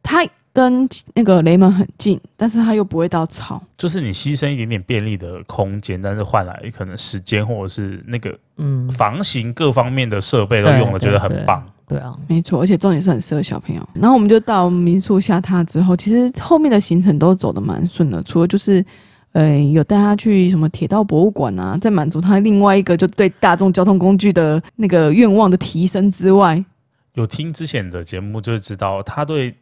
Speaker 3: 它跟那个雷门很近，但是它又不会到吵。
Speaker 1: 就是你牺牲一点点便利的空间，但是换来可能时间或者是那个
Speaker 2: 嗯，
Speaker 1: 房型各方面的设备都
Speaker 2: 对
Speaker 1: 用了，
Speaker 2: 对
Speaker 1: 觉得很棒。
Speaker 2: 对啊，
Speaker 3: 没错，而且重点是很适合小朋友。然后我们就到民宿下榻之后，其实后面的行程都走得蛮顺的，除了就是。呃，有带他去什么铁道博物馆啊，在满足他另外一个就对大众交通工具的那个愿望的提升之外，
Speaker 1: 有听之前的节目就会知道，他对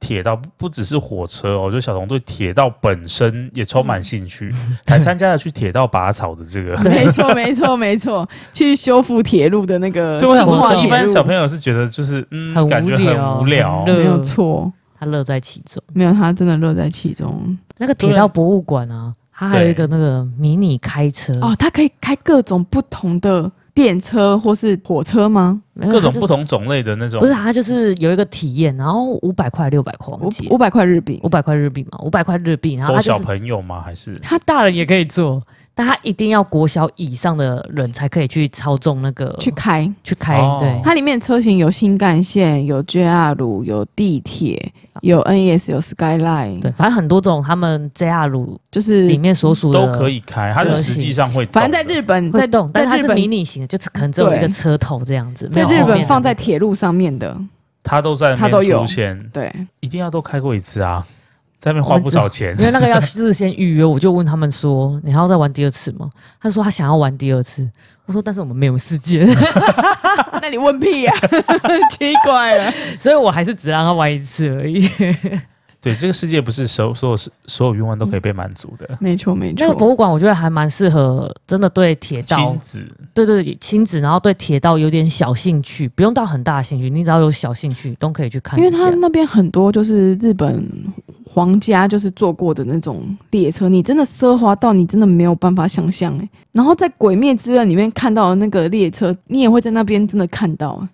Speaker 1: 铁道不不只是火车哦，就小童对铁道本身也充
Speaker 2: 嗯
Speaker 1: 满兴趣，还参加了去铁道拔草的这个。
Speaker 3: 没错，没错，没错，去修复铁路的那个
Speaker 1: 对，我想
Speaker 3: 进
Speaker 2: 我知
Speaker 3: 化
Speaker 1: 说，
Speaker 2: 道
Speaker 1: 一
Speaker 3: 铁
Speaker 1: 般
Speaker 3: 路，
Speaker 1: 小朋友是觉得就是嗯
Speaker 2: 很，无
Speaker 1: 感觉
Speaker 2: 聊
Speaker 1: 很无聊
Speaker 2: 很。热
Speaker 3: 没有错，
Speaker 2: 他乐在其中。
Speaker 3: 没有他真的乐在其中
Speaker 2: 那个铁道博物馆啊，它还有一个那个迷你开车
Speaker 3: 哦。他可以开各种不同的电车或是火车吗？
Speaker 2: 没有
Speaker 1: 各
Speaker 2: 它
Speaker 1: 种
Speaker 2: 就是
Speaker 1: 不同种类的那种，
Speaker 2: 不是，它就是有一个体验，然后五百块、六百块，忘
Speaker 3: 五
Speaker 2: 记
Speaker 3: 五百块日币
Speaker 2: 五，百块日币嘛，五百块日币，然后
Speaker 1: for
Speaker 2: 它就
Speaker 1: 小
Speaker 2: 是
Speaker 1: 朋友吗？还是
Speaker 2: 他大人也可以做，但他一定要国小以上的人才可以去操纵那个
Speaker 3: 去开。
Speaker 2: 去开，
Speaker 1: 哦
Speaker 2: 对，
Speaker 3: 它里面车型有新干线、有 JR、有地铁、有 E NES、有 Skyline，
Speaker 2: 啊对，反正很多种他们 JR 路
Speaker 3: 就是
Speaker 2: 里面所属的
Speaker 1: 都可，以开？它是实际上会动的，
Speaker 3: 反正在日本，在
Speaker 2: 会动，但
Speaker 3: 在
Speaker 2: 它
Speaker 3: 日
Speaker 2: 是迷
Speaker 3: 本，
Speaker 2: 你型的，就是可能只有一个
Speaker 3: 对
Speaker 2: 车头这样子，没
Speaker 3: 在
Speaker 2: 有
Speaker 3: 日
Speaker 2: 后面啊
Speaker 3: 本
Speaker 2: 的
Speaker 3: 放在
Speaker 2: 那个
Speaker 3: 铁路上面的，
Speaker 1: 它都在那
Speaker 3: 它都
Speaker 1: 边
Speaker 3: 有
Speaker 1: 出现，
Speaker 2: [LAUGHS]
Speaker 3: 对，
Speaker 1: 一定要都开过一次啊，在那边花不少钱
Speaker 2: 因。为那个要事先预约，我就问他们说：“你还要再玩第二次吗？”他说他想要玩第二次。我说：“但是我们没有时间，
Speaker 3: 那你问屁啊
Speaker 2: [LAUGHS]
Speaker 3: 呀、奇怪了，
Speaker 2: 啊所以我还是只让他玩一次而已。
Speaker 1: 对，这个世界不是所有所有事所有愿望都可以被满足
Speaker 2: 嗯
Speaker 1: 的”。
Speaker 3: 没错没
Speaker 2: 那个博
Speaker 3: 错，
Speaker 2: 物馆我觉得还蛮适合，真的对铁道
Speaker 1: 亲子
Speaker 2: 对对对，亲子，然后对铁道有点小兴趣，不用到很大的兴趣，你只要有小兴趣都可以去看
Speaker 3: 因
Speaker 2: 一
Speaker 3: 为
Speaker 2: 下。
Speaker 3: 它那边很多就是日本皇家就是坐过的那种列车，你真的奢华到你真的没有办法想象哎、然后在《鬼灭之刃》里面看到的那个列车，你也会在那边真的看到、欸，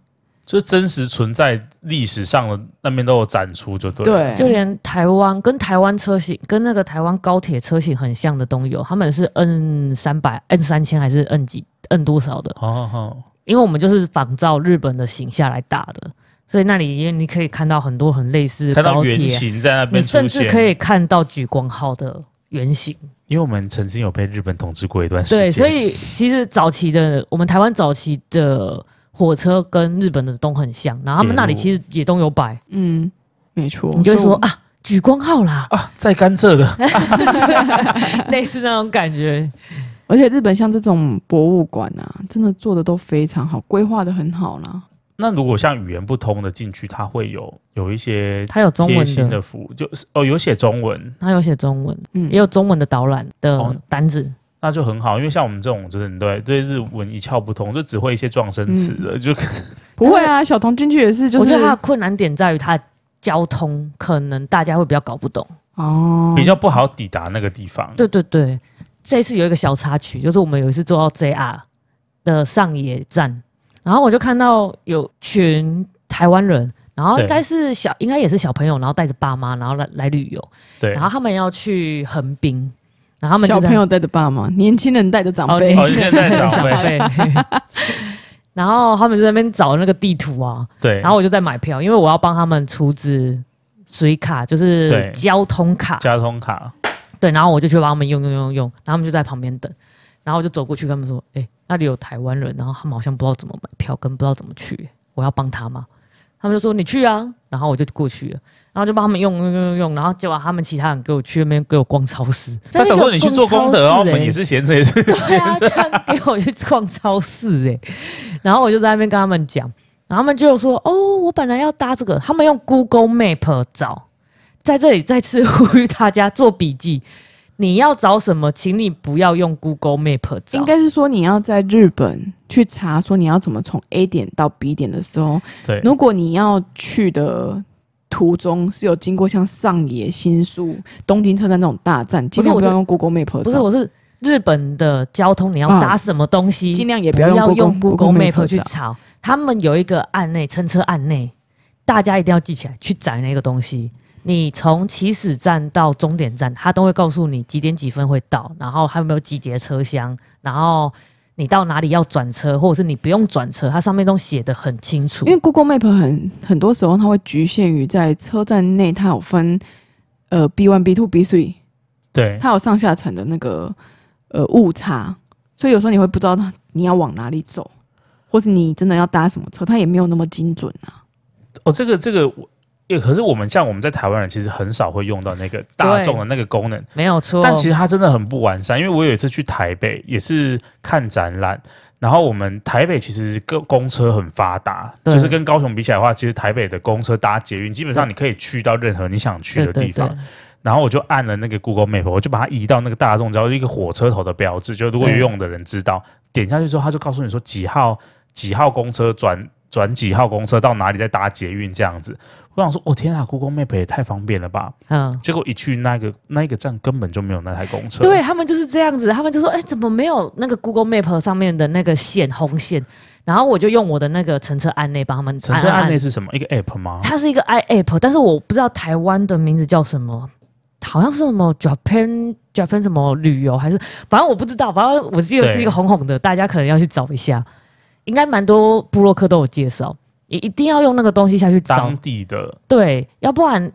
Speaker 1: 就是真实存在历史上的那边都有展出，就对了。
Speaker 3: 对，
Speaker 2: 就连台湾跟台湾车型跟那个台湾高铁车型很像的东西有，他们是 N 三百、N 三千还是 N 几、N 多少的？
Speaker 1: 哦哦，
Speaker 2: 因为我们就是仿照日本的形下来打的，所以那里因为你可以看到很多很类似
Speaker 1: 看到
Speaker 2: 高
Speaker 1: 原
Speaker 2: 铁，啊
Speaker 1: 型在那
Speaker 2: 你
Speaker 1: 边出
Speaker 2: 甚至
Speaker 1: 现，
Speaker 2: 可以看到莒光号的原型。
Speaker 1: 因为我们曾经有被日本统治过一段时间，
Speaker 2: 对，所以其实早期的我们台湾早期的火车跟日本的都很像，然后他们那里其实也都有摆，
Speaker 3: 嗯，没错，
Speaker 2: 你就会
Speaker 3: 所以
Speaker 2: 说
Speaker 3: 我
Speaker 2: 啊，莒光号啦， [LAUGHS]
Speaker 1: 啊，在甘蔗的
Speaker 2: 类似那种感觉。
Speaker 3: 而且日本像这种博物馆啊，真的做的都非常好，规划的很好啦。
Speaker 1: 那如果像语言不通的进去，它会有有一些
Speaker 2: 它有中
Speaker 1: 贴
Speaker 2: 文
Speaker 1: 心
Speaker 2: 的，
Speaker 1: 的服务，就是哦有写中文，
Speaker 2: 它有写中文，
Speaker 3: 嗯，
Speaker 2: 也有中文的导览
Speaker 1: 哦
Speaker 2: 的单子。
Speaker 1: 那就很
Speaker 2: 嗯
Speaker 1: 好，因为像我们这种真的对对日文一窍不通，就只会一些撞声词的，
Speaker 2: 嗯
Speaker 1: 就
Speaker 3: 不会啊，小童进去也是，就
Speaker 2: 我
Speaker 3: 是
Speaker 2: 觉得它的困难点在于它的交通可能大家会比较搞不懂。
Speaker 3: 哦，
Speaker 1: 比较不好抵达那个地方。
Speaker 2: 对对对，这一次有一个小插曲，就是我们有一次坐到 JR 的上野站，然后我就看到有群台湾人，然后应该是小，应该也是小朋友，然后带着爸妈，然后来来旅游，
Speaker 1: 对，
Speaker 2: 然后他们要去横滨，然后他们就
Speaker 3: 小
Speaker 2: 在
Speaker 3: 朋友带着爸妈，年轻人带着长辈，
Speaker 1: 哦现在长
Speaker 2: 小
Speaker 1: 辈
Speaker 2: 辈。 [LAUGHS] 然后他们就在那边找那个地图啊，
Speaker 1: 对，
Speaker 2: 然后我就在买票，因为我要帮他们出资水卡，就是
Speaker 1: 对
Speaker 2: 交通卡。
Speaker 1: 交通卡
Speaker 2: 对，然后我就去帮他们用用用用，然后他们就在旁边等，然后我就走过去跟他们说：“哎、那里有台湾人，然后他们好像不知道怎么买票，跟不知道怎么去，我要帮他吗？”他们就说：“你去啊。”然后我就过去了，然后就帮他们用用用用用，然后结果他们其他人给我去那边给我逛超市，
Speaker 1: 他想说你去做功德哦，我
Speaker 2: 在那边
Speaker 1: 们
Speaker 2: 给我逛超市欸
Speaker 1: 也是闲着也是
Speaker 2: [LAUGHS] 对啊，这样给我去逛超市哎、 [LAUGHS] 然后我就在那边跟他们讲，然后他们就说哦，我本来要搭这个，他们用 Google Map 找，在这里再次呼吁大家做笔记，你要找什么，请你不要用 Google Map 找，
Speaker 3: 应该是说你要在日本去查，说你要怎么从 A 点到 B 点的时候，
Speaker 1: 对。
Speaker 3: 如果你要去的。途中是有经过像上野、新宿、东京车站这种大站，尽量
Speaker 2: 我
Speaker 3: 不要
Speaker 2: 就
Speaker 3: 用 Google Map
Speaker 2: 不是
Speaker 3: 找
Speaker 2: 我是日本的交通，你要
Speaker 3: 嗯
Speaker 2: 搭什么东西，
Speaker 3: 尽量也
Speaker 2: 不
Speaker 3: 不要
Speaker 2: 要用
Speaker 3: 用
Speaker 2: Google Map 去
Speaker 3: 找
Speaker 2: 查，他们有一个案内，乘车案内，大家一定要记起来，去载那个东西。你从起始站到终点站，他都会告诉你几点几分会到，然后还有没有几节车厢，然后你到哪里要转车，或者是你不用转车，它上面都写的很清楚
Speaker 3: 因。为 Google Map 很很多时候它会局限于在车站内，它有分呃 B one、B two、B three，
Speaker 1: [LAUGHS] 对，
Speaker 3: 它有上下层的那个呃误差，所以有时候你会不知道它你要往哪里走。或是你真的要搭什么车，它也没有那么精准啊。
Speaker 1: 哦，这个这个我，也可是我们像我们在台湾人，其实很少会用到那个大众的那个功能，
Speaker 2: 没有错。
Speaker 1: 但其实它真的很不完善。因为我有一次去台北，也是看展览，然后我们台北其实公公车很发达，
Speaker 2: 对
Speaker 1: 就是跟高雄比起来的话，其实台北的公车搭捷运，基本上
Speaker 2: 对
Speaker 1: 你可以去到任何你想去的
Speaker 2: 对
Speaker 1: 地
Speaker 2: 对
Speaker 1: 方。
Speaker 2: 对，
Speaker 1: 然后我就按了那个 Google Map，我就把它移到那个大众交通一个火车头的标志，就如果有
Speaker 2: 对
Speaker 1: 用的人知道，点下去之后，他就告诉你说几号几号公车转转几号公车到哪里，再搭捷运这样子。我想说，哦天啊，Google Map 也太方便了吧！
Speaker 2: 嗯，
Speaker 1: 结果一去那个那一个站根本就没有那台公车，
Speaker 2: 对，他们就是这样子，他们就说，哎、怎么没有那个 Google Map 上面的那个线红线？然后我就用我的那个乘车案内帮他们
Speaker 1: 乘车案内是什么？一个 App 吗？
Speaker 2: 它是一个 i app，但是我不知道台湾的名字叫什么，好像是什么 Japan Japan 什么旅游还是，反正我不知道，反正我记得
Speaker 1: 对
Speaker 2: 是一个红红的，大家可能要去找一下，应该蛮多部落客都有介绍，也一定要用那个东西下去找
Speaker 1: 当，地的
Speaker 2: 对，要不然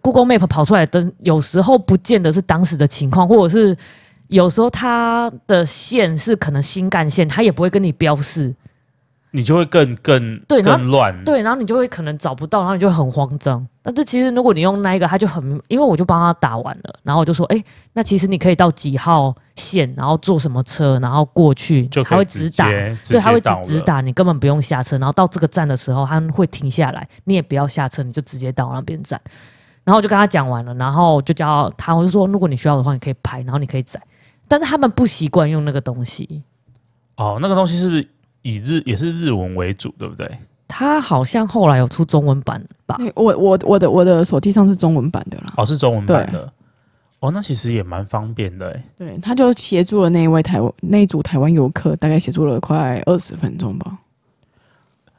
Speaker 2: Google Map 跑出来的有时候不见得是当时的情况，或者是有时候它的线是可能新干线，它也不会跟你标示，
Speaker 1: 你就会更更
Speaker 2: 对然后
Speaker 1: 更乱，
Speaker 2: 对，然后你就会可能找不到，然后你就会很慌张。但是其实如果你用那一个，他就很，因为我就帮他打完了，然后我就说，哎、那其实你可以到几号线，然后坐什么车，然后过去，
Speaker 1: 就
Speaker 2: 他
Speaker 1: 可以
Speaker 2: 会
Speaker 1: 直
Speaker 2: 直达，
Speaker 1: 接直
Speaker 2: 对，他
Speaker 1: 接
Speaker 2: 会直
Speaker 1: 到
Speaker 2: 直
Speaker 1: 了。
Speaker 2: 达，你根本不用下车。然后到这个站的时候，他会停下来，你也不要下车，你就直接到那边站。然后我就跟他讲完了，然后就叫他，我就说，如果你需要的话，你可以拍，然后你可以载。但是他们不习惯用那个东西，
Speaker 1: 哦，那个东西是不是以日也是日文为主，对不对？
Speaker 2: 他好像后来有出中文版吧？
Speaker 3: 那我我我的我的手机上是中文版的啦，
Speaker 1: 哦，是中文版的。哦，那其实也蛮方便的欸。
Speaker 3: 对，他就协助了那一位台湾那一组台湾游客，大概协助了快二十分钟吧。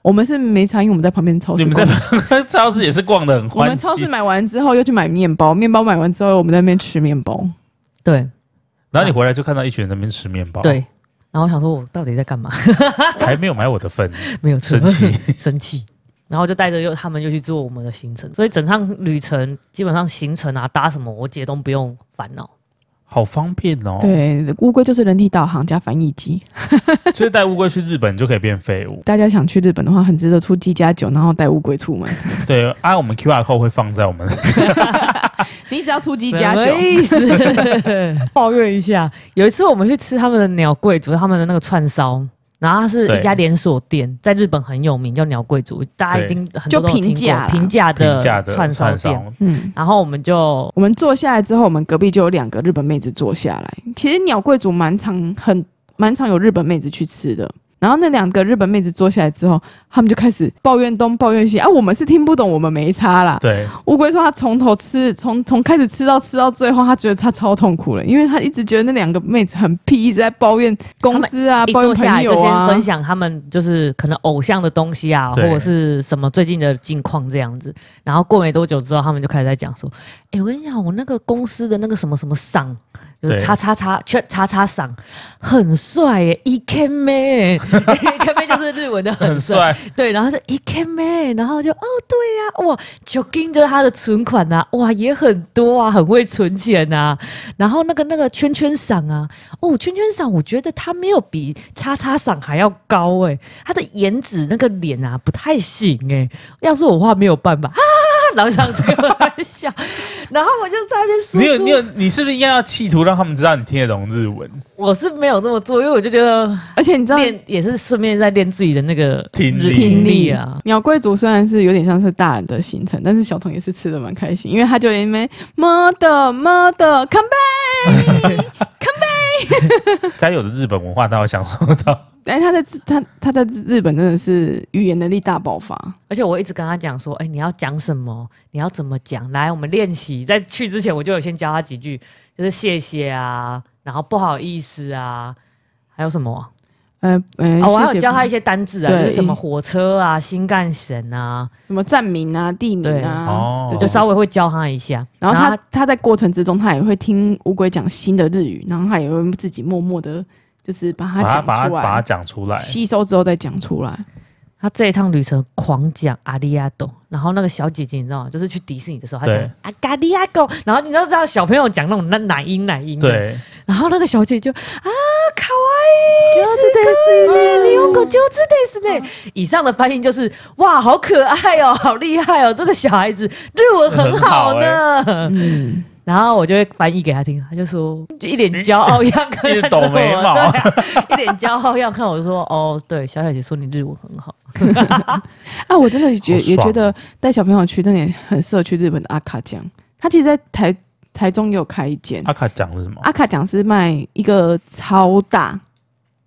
Speaker 3: 我们是没差，因为我们在旁
Speaker 2: 哦
Speaker 3: 边超市
Speaker 1: 你们
Speaker 3: 逛，
Speaker 1: 在 [LAUGHS] 超市也是逛的很
Speaker 3: 我们
Speaker 1: 欢
Speaker 3: 超市
Speaker 1: 喜，
Speaker 3: 买完之后又去买面包，面包买完之后我们在那边吃面包。
Speaker 1: 哦
Speaker 2: 对
Speaker 1: 然后你回来就看到一群人在那边吃面包，，
Speaker 2: 对。然后我想说，我到底在干嘛？
Speaker 1: [LAUGHS]
Speaker 2: [LAUGHS]
Speaker 1: 还没有买我的份，
Speaker 2: 没有错
Speaker 1: 生气。
Speaker 2: [LAUGHS] 生气。然后就带着又他们又去做我们的行程，所以整趟旅程基本上行程啊搭什么，我姐都不用烦恼。
Speaker 1: 好方便哦。
Speaker 3: 对，乌龟就是人体导航加翻译机。
Speaker 1: 所以带乌龟去日本就可以变废物。
Speaker 3: 大家想去日本的话，很值得出机加酒，然后带乌龟出门。
Speaker 1: 对，啊，我们 QR code 会放在我们，
Speaker 3: 你只要出机加酒，
Speaker 2: 什么意
Speaker 3: [LAUGHS]
Speaker 2: 思？抱怨一下，有一次我们去吃他们的鸟贵族，他们的那个串烧，然后它是
Speaker 1: 对
Speaker 2: 一家连锁店，在日本很有名，叫鸟贵族，大家一定很
Speaker 3: 就
Speaker 2: 多都有听
Speaker 3: 平
Speaker 2: 过
Speaker 3: 价啦
Speaker 2: 平价的
Speaker 1: 平价的
Speaker 2: 串烧
Speaker 1: 串
Speaker 2: 店。
Speaker 1: 烧，
Speaker 3: 嗯。
Speaker 2: 然后我们就
Speaker 3: 我们坐下来之后，我们隔壁就有两个日本妹子坐下来。其实鸟贵族蛮常很蛮常有日本妹子去吃的。然后那两个日本妹子坐下来之后，他们就开始抱怨东抱怨西啊，我们是听不懂，我们没差
Speaker 2: [LAUGHS]
Speaker 3: 啦。
Speaker 1: 对，
Speaker 3: 乌龟说他从头吃，从从开始吃到吃到最后，他觉得他超痛苦了，因为他一直觉得那两个妹子很屁，一直在抱怨公司啊，
Speaker 2: 一
Speaker 3: 抱
Speaker 2: 坐
Speaker 3: 怨
Speaker 2: 下
Speaker 3: 朋
Speaker 2: 来
Speaker 3: 友
Speaker 2: 就先
Speaker 3: 啊
Speaker 2: 分。享他们就是可能偶像的东西啊，或
Speaker 1: 对
Speaker 2: 者是什么最近的近况这样子。然后过没多久之后，他们就开始在讲说：“哎、我跟你讲，我那个公司的那个什么什么赏，就是
Speaker 1: 对
Speaker 2: 叉叉叉圈叉叉赏，很帅耶，E K 妹 [LAUGHS] ，E K 妹就是日文的
Speaker 1: 很
Speaker 2: 很帅。”
Speaker 1: 帅。
Speaker 2: [LAUGHS] 对，然后就一 k 妹，然后就哦，对呀、哇 j o g i n 就是他的存款呐、哇，也很多啊，很会存钱呐、然后那个那个圈圈赏啊，哦，圈圈赏，我觉得他没有比叉叉赏还要高诶、他的颜值那个脸啊不太行诶、要是我话没有办法啊， [LAUGHS] 然后这样子跟我笑，然后我就在那边说
Speaker 1: 你有
Speaker 2: 出
Speaker 1: 你有，你是不是应该要企图让他们知道你听得懂日
Speaker 2: [LAUGHS]
Speaker 1: 文？
Speaker 2: 我是没有这么做，因为我就觉得
Speaker 3: 而且你知道，
Speaker 2: 练也是顺便在练自己的那个
Speaker 1: 嗯听
Speaker 2: 日
Speaker 1: 力
Speaker 2: 听力啊，
Speaker 3: 鸟贵族虽然是有点像是大人的行程，但是小童也是吃的蛮开心，因为他就因为 mother mother come back， [LAUGHS]
Speaker 1: 该有的日本文化，他会享受
Speaker 2: [LAUGHS]
Speaker 1: 到。
Speaker 3: 但是哎他在自他他在日本真的是语言能力大爆发，
Speaker 2: 而且我一直跟他讲说，哎、你要讲什么？你要怎么讲？来，我们练习。在去之前，我就有先教他几句，就是谢谢啊，然后不好意思啊，还有什么啊？
Speaker 3: 呃呃，
Speaker 2: 哦我还
Speaker 3: 谢
Speaker 2: 有
Speaker 3: 谢
Speaker 2: 教他一些单字啊，
Speaker 3: 对
Speaker 2: 就是什么火车啊、新干线啊，
Speaker 3: 什么站名啊、地名
Speaker 2: 对
Speaker 3: 啊，
Speaker 1: 哦
Speaker 3: 对
Speaker 2: 就
Speaker 3: 对
Speaker 2: 稍微会教他一下。
Speaker 3: 然后他他在过程之中，他也会听乌龟讲新的日语，然后他也会自己默默的，就是把它
Speaker 1: 把它
Speaker 3: 讲
Speaker 1: 把它
Speaker 3: 出
Speaker 1: 把它
Speaker 3: 来，
Speaker 1: 讲出来，
Speaker 3: 吸收之后再讲出来。
Speaker 2: 他这一趟旅程狂讲阿利亚多，然后那个小姐姐你知道吗？就是去迪士尼的时候，她讲
Speaker 1: 对
Speaker 2: 阿嘎利亚狗，然后你知道知道小朋友讲那种奶奶音奶音的，
Speaker 1: 对，
Speaker 2: 然后那个小姐就啊，卡哇
Speaker 3: 就
Speaker 2: 伊，
Speaker 3: 是
Speaker 2: ね日本語上手ですね。以上的翻译就是哇，好可爱哦，好厉害哦，这个小孩子日文很好呢。
Speaker 3: 嗯，
Speaker 2: 然后我就会翻译给他听，他就说就一脸骄傲样看
Speaker 1: 一直抖眉毛
Speaker 2: 着我对啊一脸骄傲样看我说哦，对，小小姐说你日文很好，
Speaker 3: 啊，我真的觉
Speaker 1: 好
Speaker 3: 也
Speaker 1: 爽哦
Speaker 3: 觉得带小朋友去，真的也很适合去日本的阿卡酱。他其实，在台台中也有开一间
Speaker 1: 阿卡讲了什么？
Speaker 2: 啊
Speaker 3: 阿卡酱，是卖一个超大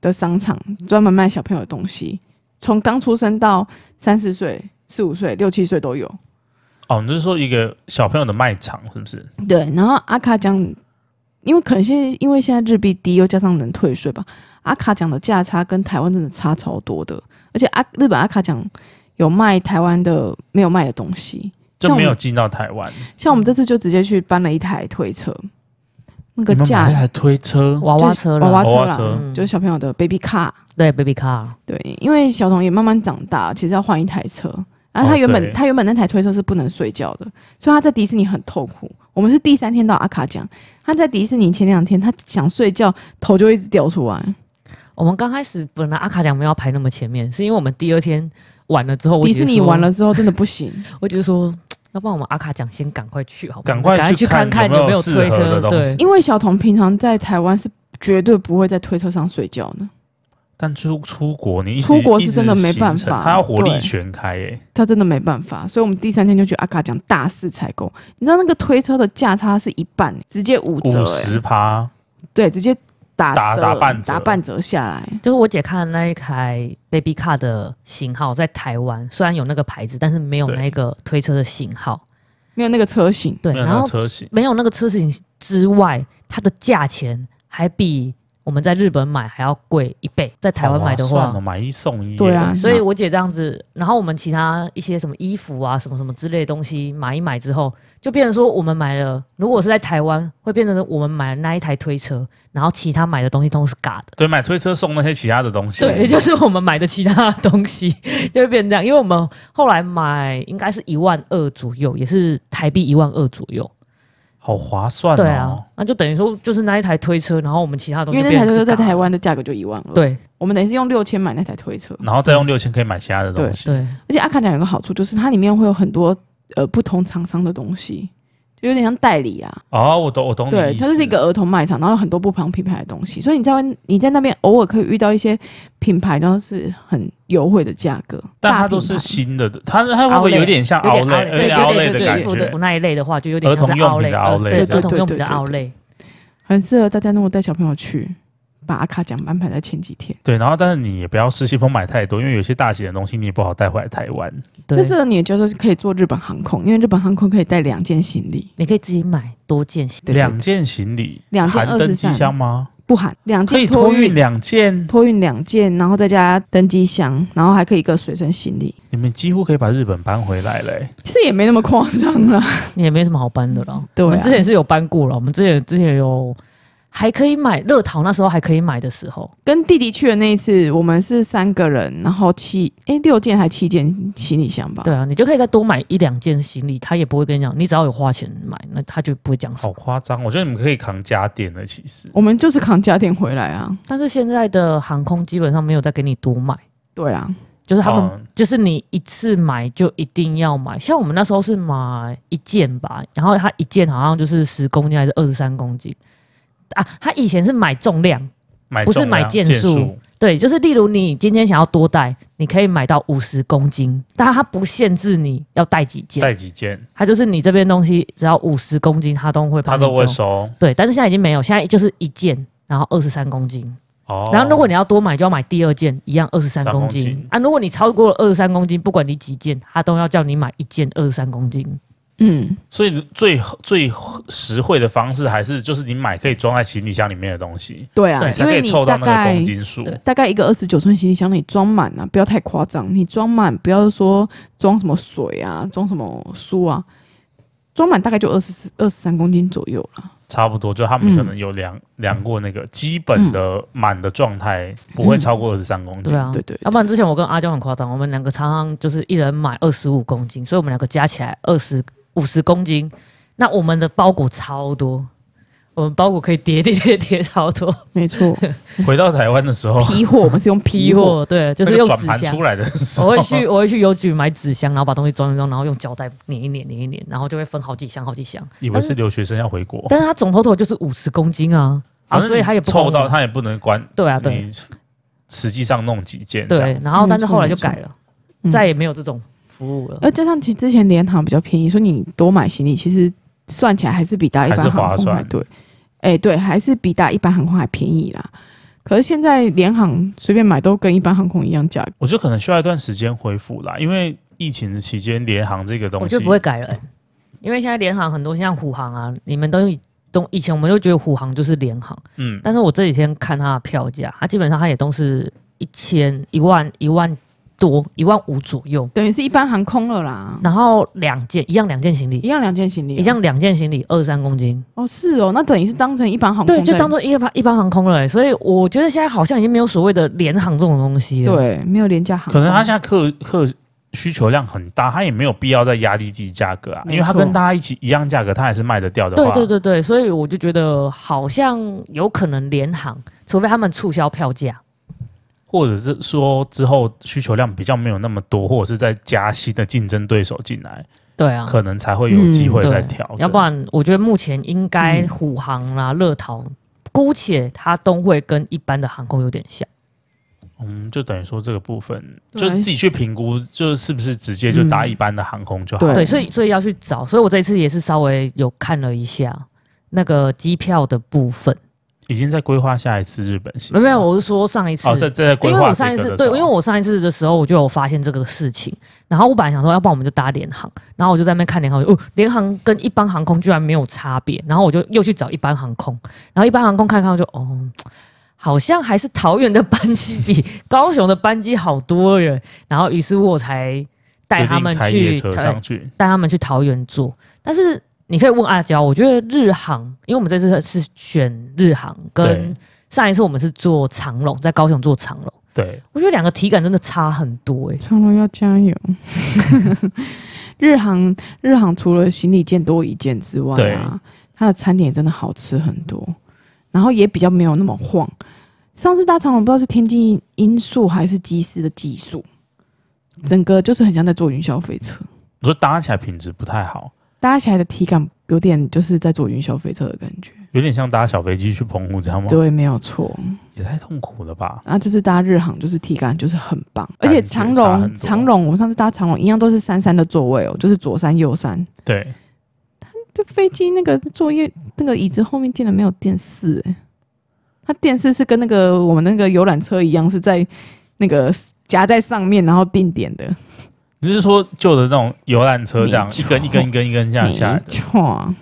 Speaker 3: 的商场，专门卖小朋友的东西，从刚出生到三四岁、四五岁、六七岁都有。
Speaker 1: 哦，你就是说一个小朋友的卖场是不是？
Speaker 3: 对，然后阿卡酱，因为可能现在因为现在日币低，又加上能退税吧，阿卡酱的价差跟台湾真的差超多的，而且阿日本阿卡酱有卖台湾的没有卖的东西，
Speaker 1: 就
Speaker 3: 像
Speaker 1: 没
Speaker 3: 我
Speaker 1: 有进到台湾，
Speaker 3: 像我们这次就直接去搬了一台推车，那个
Speaker 1: 你们
Speaker 3: 架
Speaker 1: 买一台推车，
Speaker 2: 娃娃车了，
Speaker 3: 娃娃
Speaker 1: 娃娃
Speaker 3: 车啦，
Speaker 1: 车
Speaker 2: 嗯
Speaker 3: 就是小朋友的 baby car。
Speaker 2: 对 baby car，
Speaker 3: 对，因为小童也慢慢长大，其实要换一台车。然后
Speaker 1: 哦
Speaker 3: 他原本、
Speaker 1: 对
Speaker 3: 他原本那台推车是不能睡觉的，所以他在迪士尼很痛苦。我们是第三天到阿卡讲，他在迪士尼前两天他想睡觉，头就一直掉出来。
Speaker 2: 我们刚开始本来阿卡讲没有要排那么前面，是因为我们第二天晚了之后，我
Speaker 3: 迪
Speaker 2: 姐
Speaker 3: 士尼
Speaker 1: 哦
Speaker 2: 说
Speaker 3: 完了，之后真的不
Speaker 1: [LAUGHS]
Speaker 3: 行，
Speaker 2: 我姐说。要不然我们阿卡讲先赶快去好不好，
Speaker 1: 赶快
Speaker 2: 赶快
Speaker 1: 去
Speaker 2: 看
Speaker 1: 看有没
Speaker 2: 有
Speaker 1: 有
Speaker 2: 有
Speaker 1: 适
Speaker 2: 推
Speaker 1: 合
Speaker 2: 车，
Speaker 1: 的东
Speaker 2: 对
Speaker 1: 西，
Speaker 3: 因为小童平常在台湾是绝对不会在推车上睡觉的，
Speaker 1: 但出出国你一直
Speaker 3: 出国是真的没
Speaker 1: 一
Speaker 3: 办法
Speaker 1: 直行程他要火力
Speaker 3: 对
Speaker 1: 全开诶、
Speaker 3: 他真的没办法。所以我们第三天就去阿卡讲大肆采购，你知道那个推车的价差是一半，直接五折、
Speaker 1: 五
Speaker 3: 欸，
Speaker 1: 十趴，
Speaker 3: 对，直接打
Speaker 1: 打
Speaker 3: 折
Speaker 1: 打半折
Speaker 3: 打半折下来。
Speaker 2: 就是我姐看那一台 baby car 的型号，在台湾虽然有那个牌子，但是没有
Speaker 1: 对
Speaker 2: 那个推车的型号。
Speaker 3: 没有那个车型，
Speaker 2: 对，
Speaker 1: 没有
Speaker 2: 然
Speaker 1: 那
Speaker 2: 后
Speaker 1: 个车型，
Speaker 2: 没有那个车型之外，它的价钱还比我们在日本买还要贵一倍，在台湾买的
Speaker 1: 好
Speaker 2: 话。
Speaker 1: 划算哦买一送一耶、
Speaker 3: 对啊，
Speaker 2: 所以我姐这样子，然后我们其他一些什么衣服啊、什么什么之类的东西买一买之后，就变成说我们买了，如果是在台湾，会变成我们买了那一台推车，然后其他买的东西都是嘎的。
Speaker 1: 对，买推车送那些其他的东西，
Speaker 2: 对，就是我们买的其他东西就会变这样，因为我们后来买应该是一万二左右，也是台币一万二左右。
Speaker 1: 好划算哦。
Speaker 2: 对啊，那就等于说就是那一台推车，然后我们其他东
Speaker 3: 因
Speaker 2: 西
Speaker 3: 为
Speaker 2: 就
Speaker 3: 那
Speaker 2: 变
Speaker 3: 台
Speaker 2: 成
Speaker 3: 车
Speaker 2: 是
Speaker 3: 在
Speaker 2: 嘎
Speaker 3: 台湾的嗯价格就一万二，，
Speaker 2: 对
Speaker 3: 我们等于是用六千买那台推车，
Speaker 1: 然后再用六千可以买其他的东西，
Speaker 2: 对，
Speaker 3: 而且阿卡奖有个好处就是它里面会有很多呃不同厂商的东西，就有点像代理啊，
Speaker 1: 哦，我懂，我懂你
Speaker 3: 对，
Speaker 1: 意
Speaker 3: 它
Speaker 1: 思。
Speaker 3: 就是一个儿童卖场，然后有很多不同品牌的东西，所以你在外你在那边偶尔可以遇到一些品牌，然后是很优惠的价格，
Speaker 1: 但
Speaker 3: 大
Speaker 1: 它
Speaker 3: 品
Speaker 1: 都
Speaker 3: 牌
Speaker 1: 是新的，它它会不会
Speaker 2: Outlet，
Speaker 1: 有点像
Speaker 2: 有点
Speaker 1: outlet，
Speaker 2: outlet，
Speaker 1: 有点 outlet
Speaker 3: 对对对
Speaker 1: 的
Speaker 3: 对
Speaker 1: 感
Speaker 2: 衣服
Speaker 1: 觉
Speaker 2: 的？那一类的话，就有
Speaker 1: 儿
Speaker 2: 点像
Speaker 1: 童
Speaker 2: 是
Speaker 1: 用品
Speaker 2: outlet，
Speaker 1: 的
Speaker 2: 呃
Speaker 1: outlet
Speaker 2: 对
Speaker 1: 这样
Speaker 2: 儿童用品的
Speaker 3: 对对对
Speaker 2: outlet，
Speaker 3: 很适合大家如果带小朋友去，把阿卡奖安排在前几天。
Speaker 1: 对，然后但是你也不要失心疯买太多，因为有些大型的东西你也不好带回来台湾。
Speaker 2: 对
Speaker 3: 但，是你就是可以坐日本航空，因为日本航空可以带两件行李，
Speaker 2: 你可以自己买多件型。
Speaker 3: 对对
Speaker 1: 两件行李，
Speaker 3: 两件
Speaker 1: 含登机
Speaker 3: 23
Speaker 1: 箱吗？
Speaker 3: 不含两
Speaker 1: 可
Speaker 3: 件
Speaker 1: 以托
Speaker 3: 运
Speaker 1: 运两件，
Speaker 3: 托运两件，然后再加登机箱，然后还可以一个随身行李，
Speaker 1: 你们几乎可以把日本搬回来嘞、
Speaker 3: 是也没那么夸张啊。
Speaker 2: 你也没什么好搬的了。
Speaker 3: 对啊
Speaker 2: 我们之前是有搬过了，我们之前之前有还可以买热淘，那时候还可以买的时候，
Speaker 3: 跟弟弟去的那一次，我们是三个人，然后七哎六件还七件行李箱吧。
Speaker 2: 对啊，你就可以再多买一两件行李，他也不会跟你讲，你只要有花钱买，那他就不会讲什么。
Speaker 1: 好夸张！我觉得你们可以扛家电了，其实。
Speaker 3: 我们就是扛家电回来啊。
Speaker 2: 但是现在的航空基本上没有再给你多买，
Speaker 3: 对啊，
Speaker 2: 就是他们、
Speaker 1: 嗯
Speaker 2: 就是你一次买就一定要买。像我们那时候是买一件吧，然后它一件好像就是十公斤还是二十三公斤啊。他以前是买重量，
Speaker 1: 买
Speaker 2: 不是
Speaker 1: 重量
Speaker 2: 买件
Speaker 1: 件
Speaker 2: 数对，就是例如你今天想要多带，你可以买到五十公斤，但它不限制你要带几件，
Speaker 1: 带几件，
Speaker 2: 它就是你这边东西只要五十公斤，它都会
Speaker 1: 他
Speaker 2: 帮你
Speaker 1: 都会
Speaker 2: 送
Speaker 1: 收
Speaker 2: 对，但是现在已经没有，现在就是一件，然后二十三公斤。
Speaker 1: 哦。
Speaker 2: 然后如果你要多买，就要买第二件，一样二十三
Speaker 1: 公
Speaker 2: 公
Speaker 1: 斤
Speaker 2: 斤啊。如果你超过了二十三公斤，不管你几件，他都要叫你买一件二十三公斤。
Speaker 3: 嗯，
Speaker 1: 所以最最实惠的方式还是就是你买可以装在行李箱里面的东西，
Speaker 3: 对啊
Speaker 1: 你，才
Speaker 3: 因
Speaker 1: 可
Speaker 3: 为
Speaker 1: 以
Speaker 3: 你
Speaker 1: 凑
Speaker 3: 大
Speaker 1: 到那个
Speaker 3: 概
Speaker 1: 公斤数。
Speaker 3: 大概一个二十九寸行李箱你装满啊，不要太夸张，你装满不要说装什么水啊，装什么书啊，装满大概就二十二十三公斤左右了。
Speaker 1: 差不多，就他们可
Speaker 2: 嗯
Speaker 1: 能有量、量过那个基本的满的状态，不会超过二十三公斤。
Speaker 2: 嗯对啊，
Speaker 3: 对对对
Speaker 2: 要不然之前我跟阿娇很夸张，我们两个常常就是一人买二十五公斤，所以我们两个加起来二十五十公斤，那我们的包裹超多。我们包裹可以叠叠叠叠超多 [LAUGHS]
Speaker 3: 没错，
Speaker 1: 回到台湾的时候，
Speaker 3: 批货我们是用
Speaker 2: 批
Speaker 3: 批货，
Speaker 2: 货，对，就
Speaker 1: 那
Speaker 2: 是
Speaker 1: 个
Speaker 2: 用
Speaker 1: 转
Speaker 2: 纸
Speaker 1: 盘
Speaker 2: 箱
Speaker 1: 出。来的时候，
Speaker 2: 我会去，我会去邮局买纸箱，然后把东西装一装，然后用胶带粘一粘，粘一粘，然后就会分好几箱，好几箱。
Speaker 1: 以为是留学生要回国，
Speaker 2: 但是它总 total 就是五十公斤啊，啊，
Speaker 1: 反正
Speaker 2: 所以它也不管
Speaker 1: 凑
Speaker 2: 我
Speaker 1: 到，他也不能管
Speaker 2: 对啊，对
Speaker 1: 你实际上弄几件这样
Speaker 2: 对，然后但是后来就
Speaker 3: 没错
Speaker 2: 改
Speaker 3: 没
Speaker 2: 了，
Speaker 3: 嗯
Speaker 2: 再也没有这种服务了。
Speaker 3: 而加上其实之前联航比较便宜，所以你多买行李其实算起来还是比搭一般
Speaker 1: 还是划
Speaker 3: 航空还
Speaker 1: 算
Speaker 3: 对。哎、对，还是比搭一般航空还便宜啦。可是现在联航随便买都跟一般航空一样价格，
Speaker 1: 我觉得可能需要一段时间恢复啦，因为疫情的期间，联航这个东西，
Speaker 2: 我觉得不会改了、欸因为现在联航很多像虎航啊，你们都都以前我们就觉得虎航就是联航，
Speaker 1: 嗯，
Speaker 2: 但是我这几天看它的票价，它基本上它也都是一千一万一万多一万五左右，
Speaker 3: 等于是一般航空了啦。
Speaker 2: 然后两件一样两件行
Speaker 3: 一
Speaker 2: 李，
Speaker 3: 样两件行李啊、
Speaker 2: 一样两件行李二三公斤，
Speaker 3: 哦，是哦，那等于是当成一般航空
Speaker 2: 对，就
Speaker 3: 在
Speaker 2: 当做一般一般航空了、欸所以我觉得现在好像已经没有所谓的联航这种东西了。
Speaker 3: 对，没有廉价航空。
Speaker 1: 可能他现在客客需求量很大，他也没有必要再压低自己价格啊，
Speaker 3: 没错
Speaker 1: 因为他跟大家一起一样价格，他还是卖得掉的
Speaker 2: 对
Speaker 1: 话，
Speaker 2: 对对对，所以我就觉得好像有可能联航，除非他们促销票价，
Speaker 1: 或者是说之后需求量比较没有那么多，或者是再加新的竞争对手进来，
Speaker 2: 对啊，
Speaker 1: 可能才会有机会
Speaker 2: 对，
Speaker 1: 再调整、
Speaker 2: 要不然我觉得目前应该虎航啦、乐桃，姑且它都会跟一般的航空有点像。
Speaker 1: 嗯，就等于说这个部分，
Speaker 3: 对
Speaker 1: 就自己去评估，就是不是直接就搭一般的航空就好。
Speaker 3: 对
Speaker 2: 对，所以所以要去找，所以我这一次也是稍微有看了一下那个机票的部分。
Speaker 1: 已经在规划下一次日本行
Speaker 2: 没
Speaker 1: 了。
Speaker 2: 有没有，我是说上一次。
Speaker 1: 哦，在在规
Speaker 2: 因为
Speaker 1: 划
Speaker 2: 我
Speaker 1: 这
Speaker 2: 上一
Speaker 1: 个
Speaker 2: 次
Speaker 1: 的时
Speaker 2: 对，因
Speaker 1: 候
Speaker 2: 为我上一次的时候我就有发现这个事情，然后我本来想说，要不然我们就搭联航，然后我就在那边看联航，哦，联航跟一般航空居然没有差别，然后我就又去找一般航空，然后一般航空看一看我就哦， [LAUGHS] 好像还是桃园的班机比高雄的班机好多人，然后于是乎我才带
Speaker 1: 决
Speaker 2: 他
Speaker 1: 定
Speaker 2: 们
Speaker 1: 开夜
Speaker 2: 去
Speaker 1: 车
Speaker 2: 呃台
Speaker 1: 上去，
Speaker 2: 带他们去桃园做。但是你可以问阿娇，我觉得日航，因为我们这次是选日航，
Speaker 1: 对
Speaker 2: 跟上一次我们是做长龙，在高雄做长龙，
Speaker 1: 对，
Speaker 2: 我觉得两个体感真的差很多哎、欸
Speaker 3: 长龙要加油。 [LAUGHS] 日航日航除了行李件多一件之外啊，它的餐点也真的好吃很多，然后也比较没有那么晃。上次搭长龙不知道是天气因素还是机师的技术，整个就是很像在坐云霄飞车，
Speaker 1: 你说搭起来品质不太好，
Speaker 3: 搭起来的体感有点就是在坐云霄飞车的感觉。
Speaker 1: 有点像搭小飞机去澎湖，这样吗？
Speaker 3: 对，没有错。
Speaker 1: 也太痛苦了吧！
Speaker 3: 啊，这次搭日航就是体感就是很棒，而
Speaker 1: 感
Speaker 3: 且
Speaker 1: 觉
Speaker 3: 长
Speaker 1: 差很
Speaker 3: 龙
Speaker 1: 多
Speaker 3: 长龙，我上次搭长龙一样都是三三的座位哦，就是左三右三。
Speaker 1: 对，
Speaker 3: 这飞机那个作业那个椅子后面竟然没有电视、欸，它电视是跟那个我们那个游览车一样，是在那个夹在上面，然后定点的。
Speaker 1: 你是说旧的那种游览车这样
Speaker 3: 没
Speaker 1: 一
Speaker 3: 错
Speaker 1: 根一根一根一根这样下来
Speaker 3: 没
Speaker 1: 的，
Speaker 3: 错，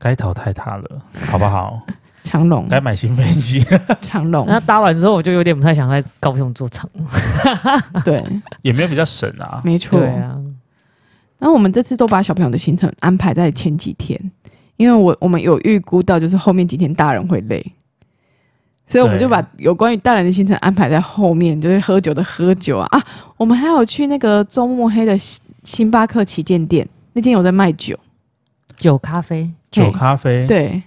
Speaker 1: 该淘汰它了，好不好？
Speaker 3: 长龙，
Speaker 1: 该买新飞机， [LAUGHS]
Speaker 3: 长龙，
Speaker 2: 那搭完之后，我就有点不太想在高雄做长龙。
Speaker 3: 对，
Speaker 1: 也没有比较省啊。
Speaker 3: 没错。
Speaker 2: 啊，
Speaker 3: 然后我们这次都把小朋友的行程安排在前几天，因为我我们有预估到，就是后面几天大人会累，所以我们
Speaker 1: 对
Speaker 3: 就把有关于大人的行程安排在后面，就是喝酒的喝酒啊啊！我们还有去那个周末黑的星星巴克旗舰店，那间有在卖酒，
Speaker 2: 酒咖啡
Speaker 1: 酒咖啡，
Speaker 3: 对，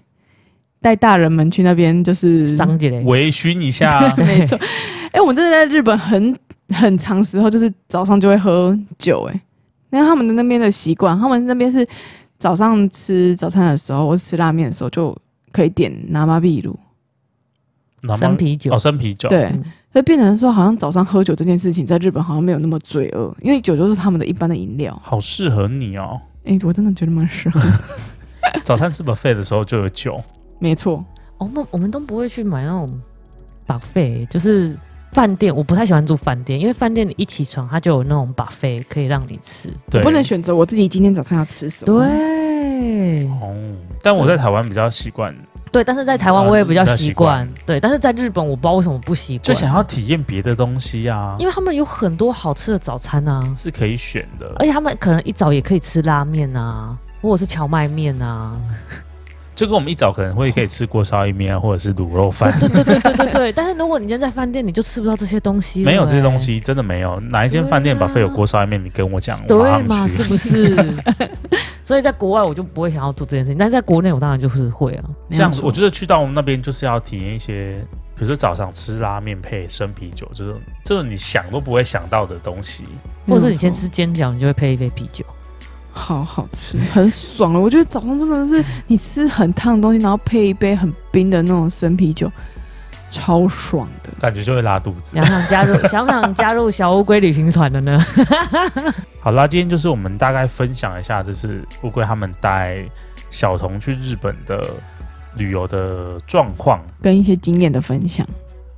Speaker 3: 带大人们去那边就是，
Speaker 2: 桑姐嘞，
Speaker 1: 微醺一下啊
Speaker 3: [LAUGHS] 没错。哎、我们真的在日本很很长时候，就是早上就会喝酒、哎，因为他们的那边的习惯，他们那边是早上吃早餐的时候，或是吃拉面的时候，就可以点拿马秘鲁，
Speaker 1: 然后
Speaker 2: 生啤酒
Speaker 1: 哦，生啤酒，
Speaker 3: 对
Speaker 2: 嗯，
Speaker 3: 所以变成说，好像早上喝酒这件事情在日本好像没有那么罪恶，因为酒就是他们的一般的饮料。
Speaker 1: 好适合你哦。
Speaker 3: 哎、我真的觉得蛮适合。 [LAUGHS]
Speaker 1: 早餐吃 buffet 的时候就有酒，
Speaker 3: 没错，
Speaker 2: 哦我们我们都不会去买那种把费，就是饭店，我不太喜欢住饭店，因为饭店你一起床，它就有那种把费可以让你吃。
Speaker 1: 对，
Speaker 3: 不能选择我自己今天早上要吃什么。
Speaker 2: 对
Speaker 1: 哦。但我在台湾比较习惯，
Speaker 2: 对，但是在台湾我也比较习
Speaker 1: 啊
Speaker 2: 惯
Speaker 1: 比，
Speaker 2: 对，但是在日本我不知道为什么不习惯，
Speaker 1: 就想要体验别的东西啊，
Speaker 2: 因为他们有很多好吃的早餐啊，
Speaker 1: 是可以选
Speaker 3: 哎
Speaker 1: 的。
Speaker 2: 而且他们可能一早也可以吃拉面啊，或者是荞麦面啊，
Speaker 1: 就跟我们一早可能会可以吃锅烧意面啊或者是卤肉饭，
Speaker 2: 对对对对对 [LAUGHS] 对。但是如果你今天在饭店，你就吃不到这些东西了、
Speaker 1: 没有这些
Speaker 2: 欸
Speaker 1: 东。西，真的没有。哪一间饭店
Speaker 2: 对啊
Speaker 1: 把费有锅烧意面？你跟我讲，我
Speaker 2: 对
Speaker 1: 马
Speaker 2: 嘛？
Speaker 1: 上
Speaker 2: 是
Speaker 1: 去。
Speaker 2: 不是？所以在国外我就不会想要做这件事情，但是在国内我当然就是会啊。
Speaker 1: 这样子，
Speaker 3: 没有错
Speaker 1: 我觉得去到我们那边就是要体验一些，比如说早上吃拉面配生啤酒，就是这种你想都不会想到的东西。
Speaker 2: 或者是你先吃，煎饺，你就会配一杯啤酒。
Speaker 3: 好好吃，很爽了。我觉得早上真的是你吃很烫的东西，然后配一杯很冰的那种生啤酒，超爽的。
Speaker 1: 感觉就会拉肚子
Speaker 2: 想。不想加入？ [LAUGHS] 想不想加入小乌龟旅行团的呢？
Speaker 1: 好啦，今天就是我们大概分享一下，这次乌龟他们带小童去日本的旅游的状况。
Speaker 3: 跟一些经验的分享，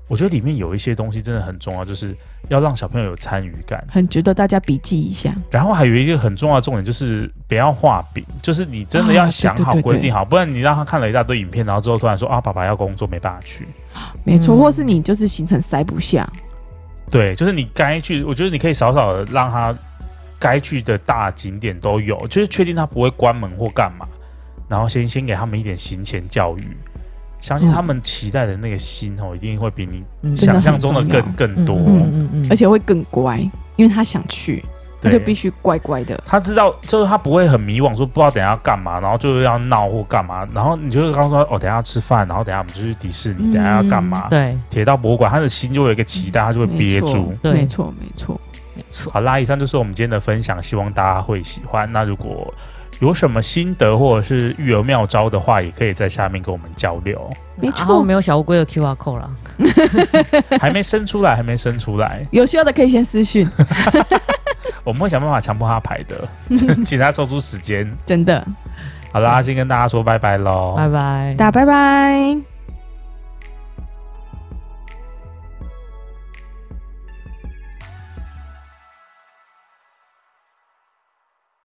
Speaker 1: 我觉得里面有一些东西真的很重要，就是要让小朋友有参与感。
Speaker 3: 很值得大家笔记一下。
Speaker 1: 然后还有一个很重要的重点就是不要画饼，就是你真的要
Speaker 3: 啊
Speaker 1: 想
Speaker 3: 对对
Speaker 1: 好
Speaker 3: 对
Speaker 1: 规
Speaker 3: 对
Speaker 1: 定好，不然你让他看了一大堆影片，然后之后突然说啊，爸爸要工作没办法去。
Speaker 3: 没错，
Speaker 2: 嗯
Speaker 3: 或是你就是行程塞不下，
Speaker 1: 对，就是你该去，我觉得你可以少少的让他该去的大景点都有，就是确定他不会关门或干嘛，然后先先给他们一点行前教育，相信他们期待的那个心哦，一定会比你
Speaker 2: 嗯
Speaker 3: 嗯真的
Speaker 1: 想象
Speaker 3: 很
Speaker 1: 中的
Speaker 3: 重要
Speaker 1: 更更多。
Speaker 2: 嗯嗯嗯，
Speaker 3: 而且会更乖，因为他想去，他
Speaker 1: 对
Speaker 3: 就必须乖乖的。
Speaker 1: 他知道，就是他不会很迷惘，说不知道等一下要干嘛，然后就要闹或干嘛，然后你就会告诉他哦，等一下要吃饭，然后等一下我们就去迪士尼，
Speaker 3: 嗯
Speaker 1: 等一下要干嘛，
Speaker 2: 对，
Speaker 1: 铁道博物馆，他的心就会有一个期待，他就会憋住。
Speaker 2: 对
Speaker 3: 没错，没错。
Speaker 2: 没错。
Speaker 1: 好啦，以上就是我们今天的分享，希望大家会喜欢。那如果有什么心得或者是育儿妙招的话，也可以在下面跟我们交
Speaker 3: [LAUGHS]
Speaker 1: 流。
Speaker 3: 没
Speaker 2: 然后
Speaker 3: 错
Speaker 2: 啊没有小乌龟的 QR code 啦。
Speaker 1: 还没生出来，还没生出来，
Speaker 3: 有需要的可以先私讯，
Speaker 1: 我们会想办法强迫他排
Speaker 3: [LAUGHS]
Speaker 1: 的，请他抽出时间。
Speaker 3: 真的。
Speaker 1: 好啦，先跟大家说拜拜喽，
Speaker 2: 拜拜，
Speaker 3: 大家拜拜。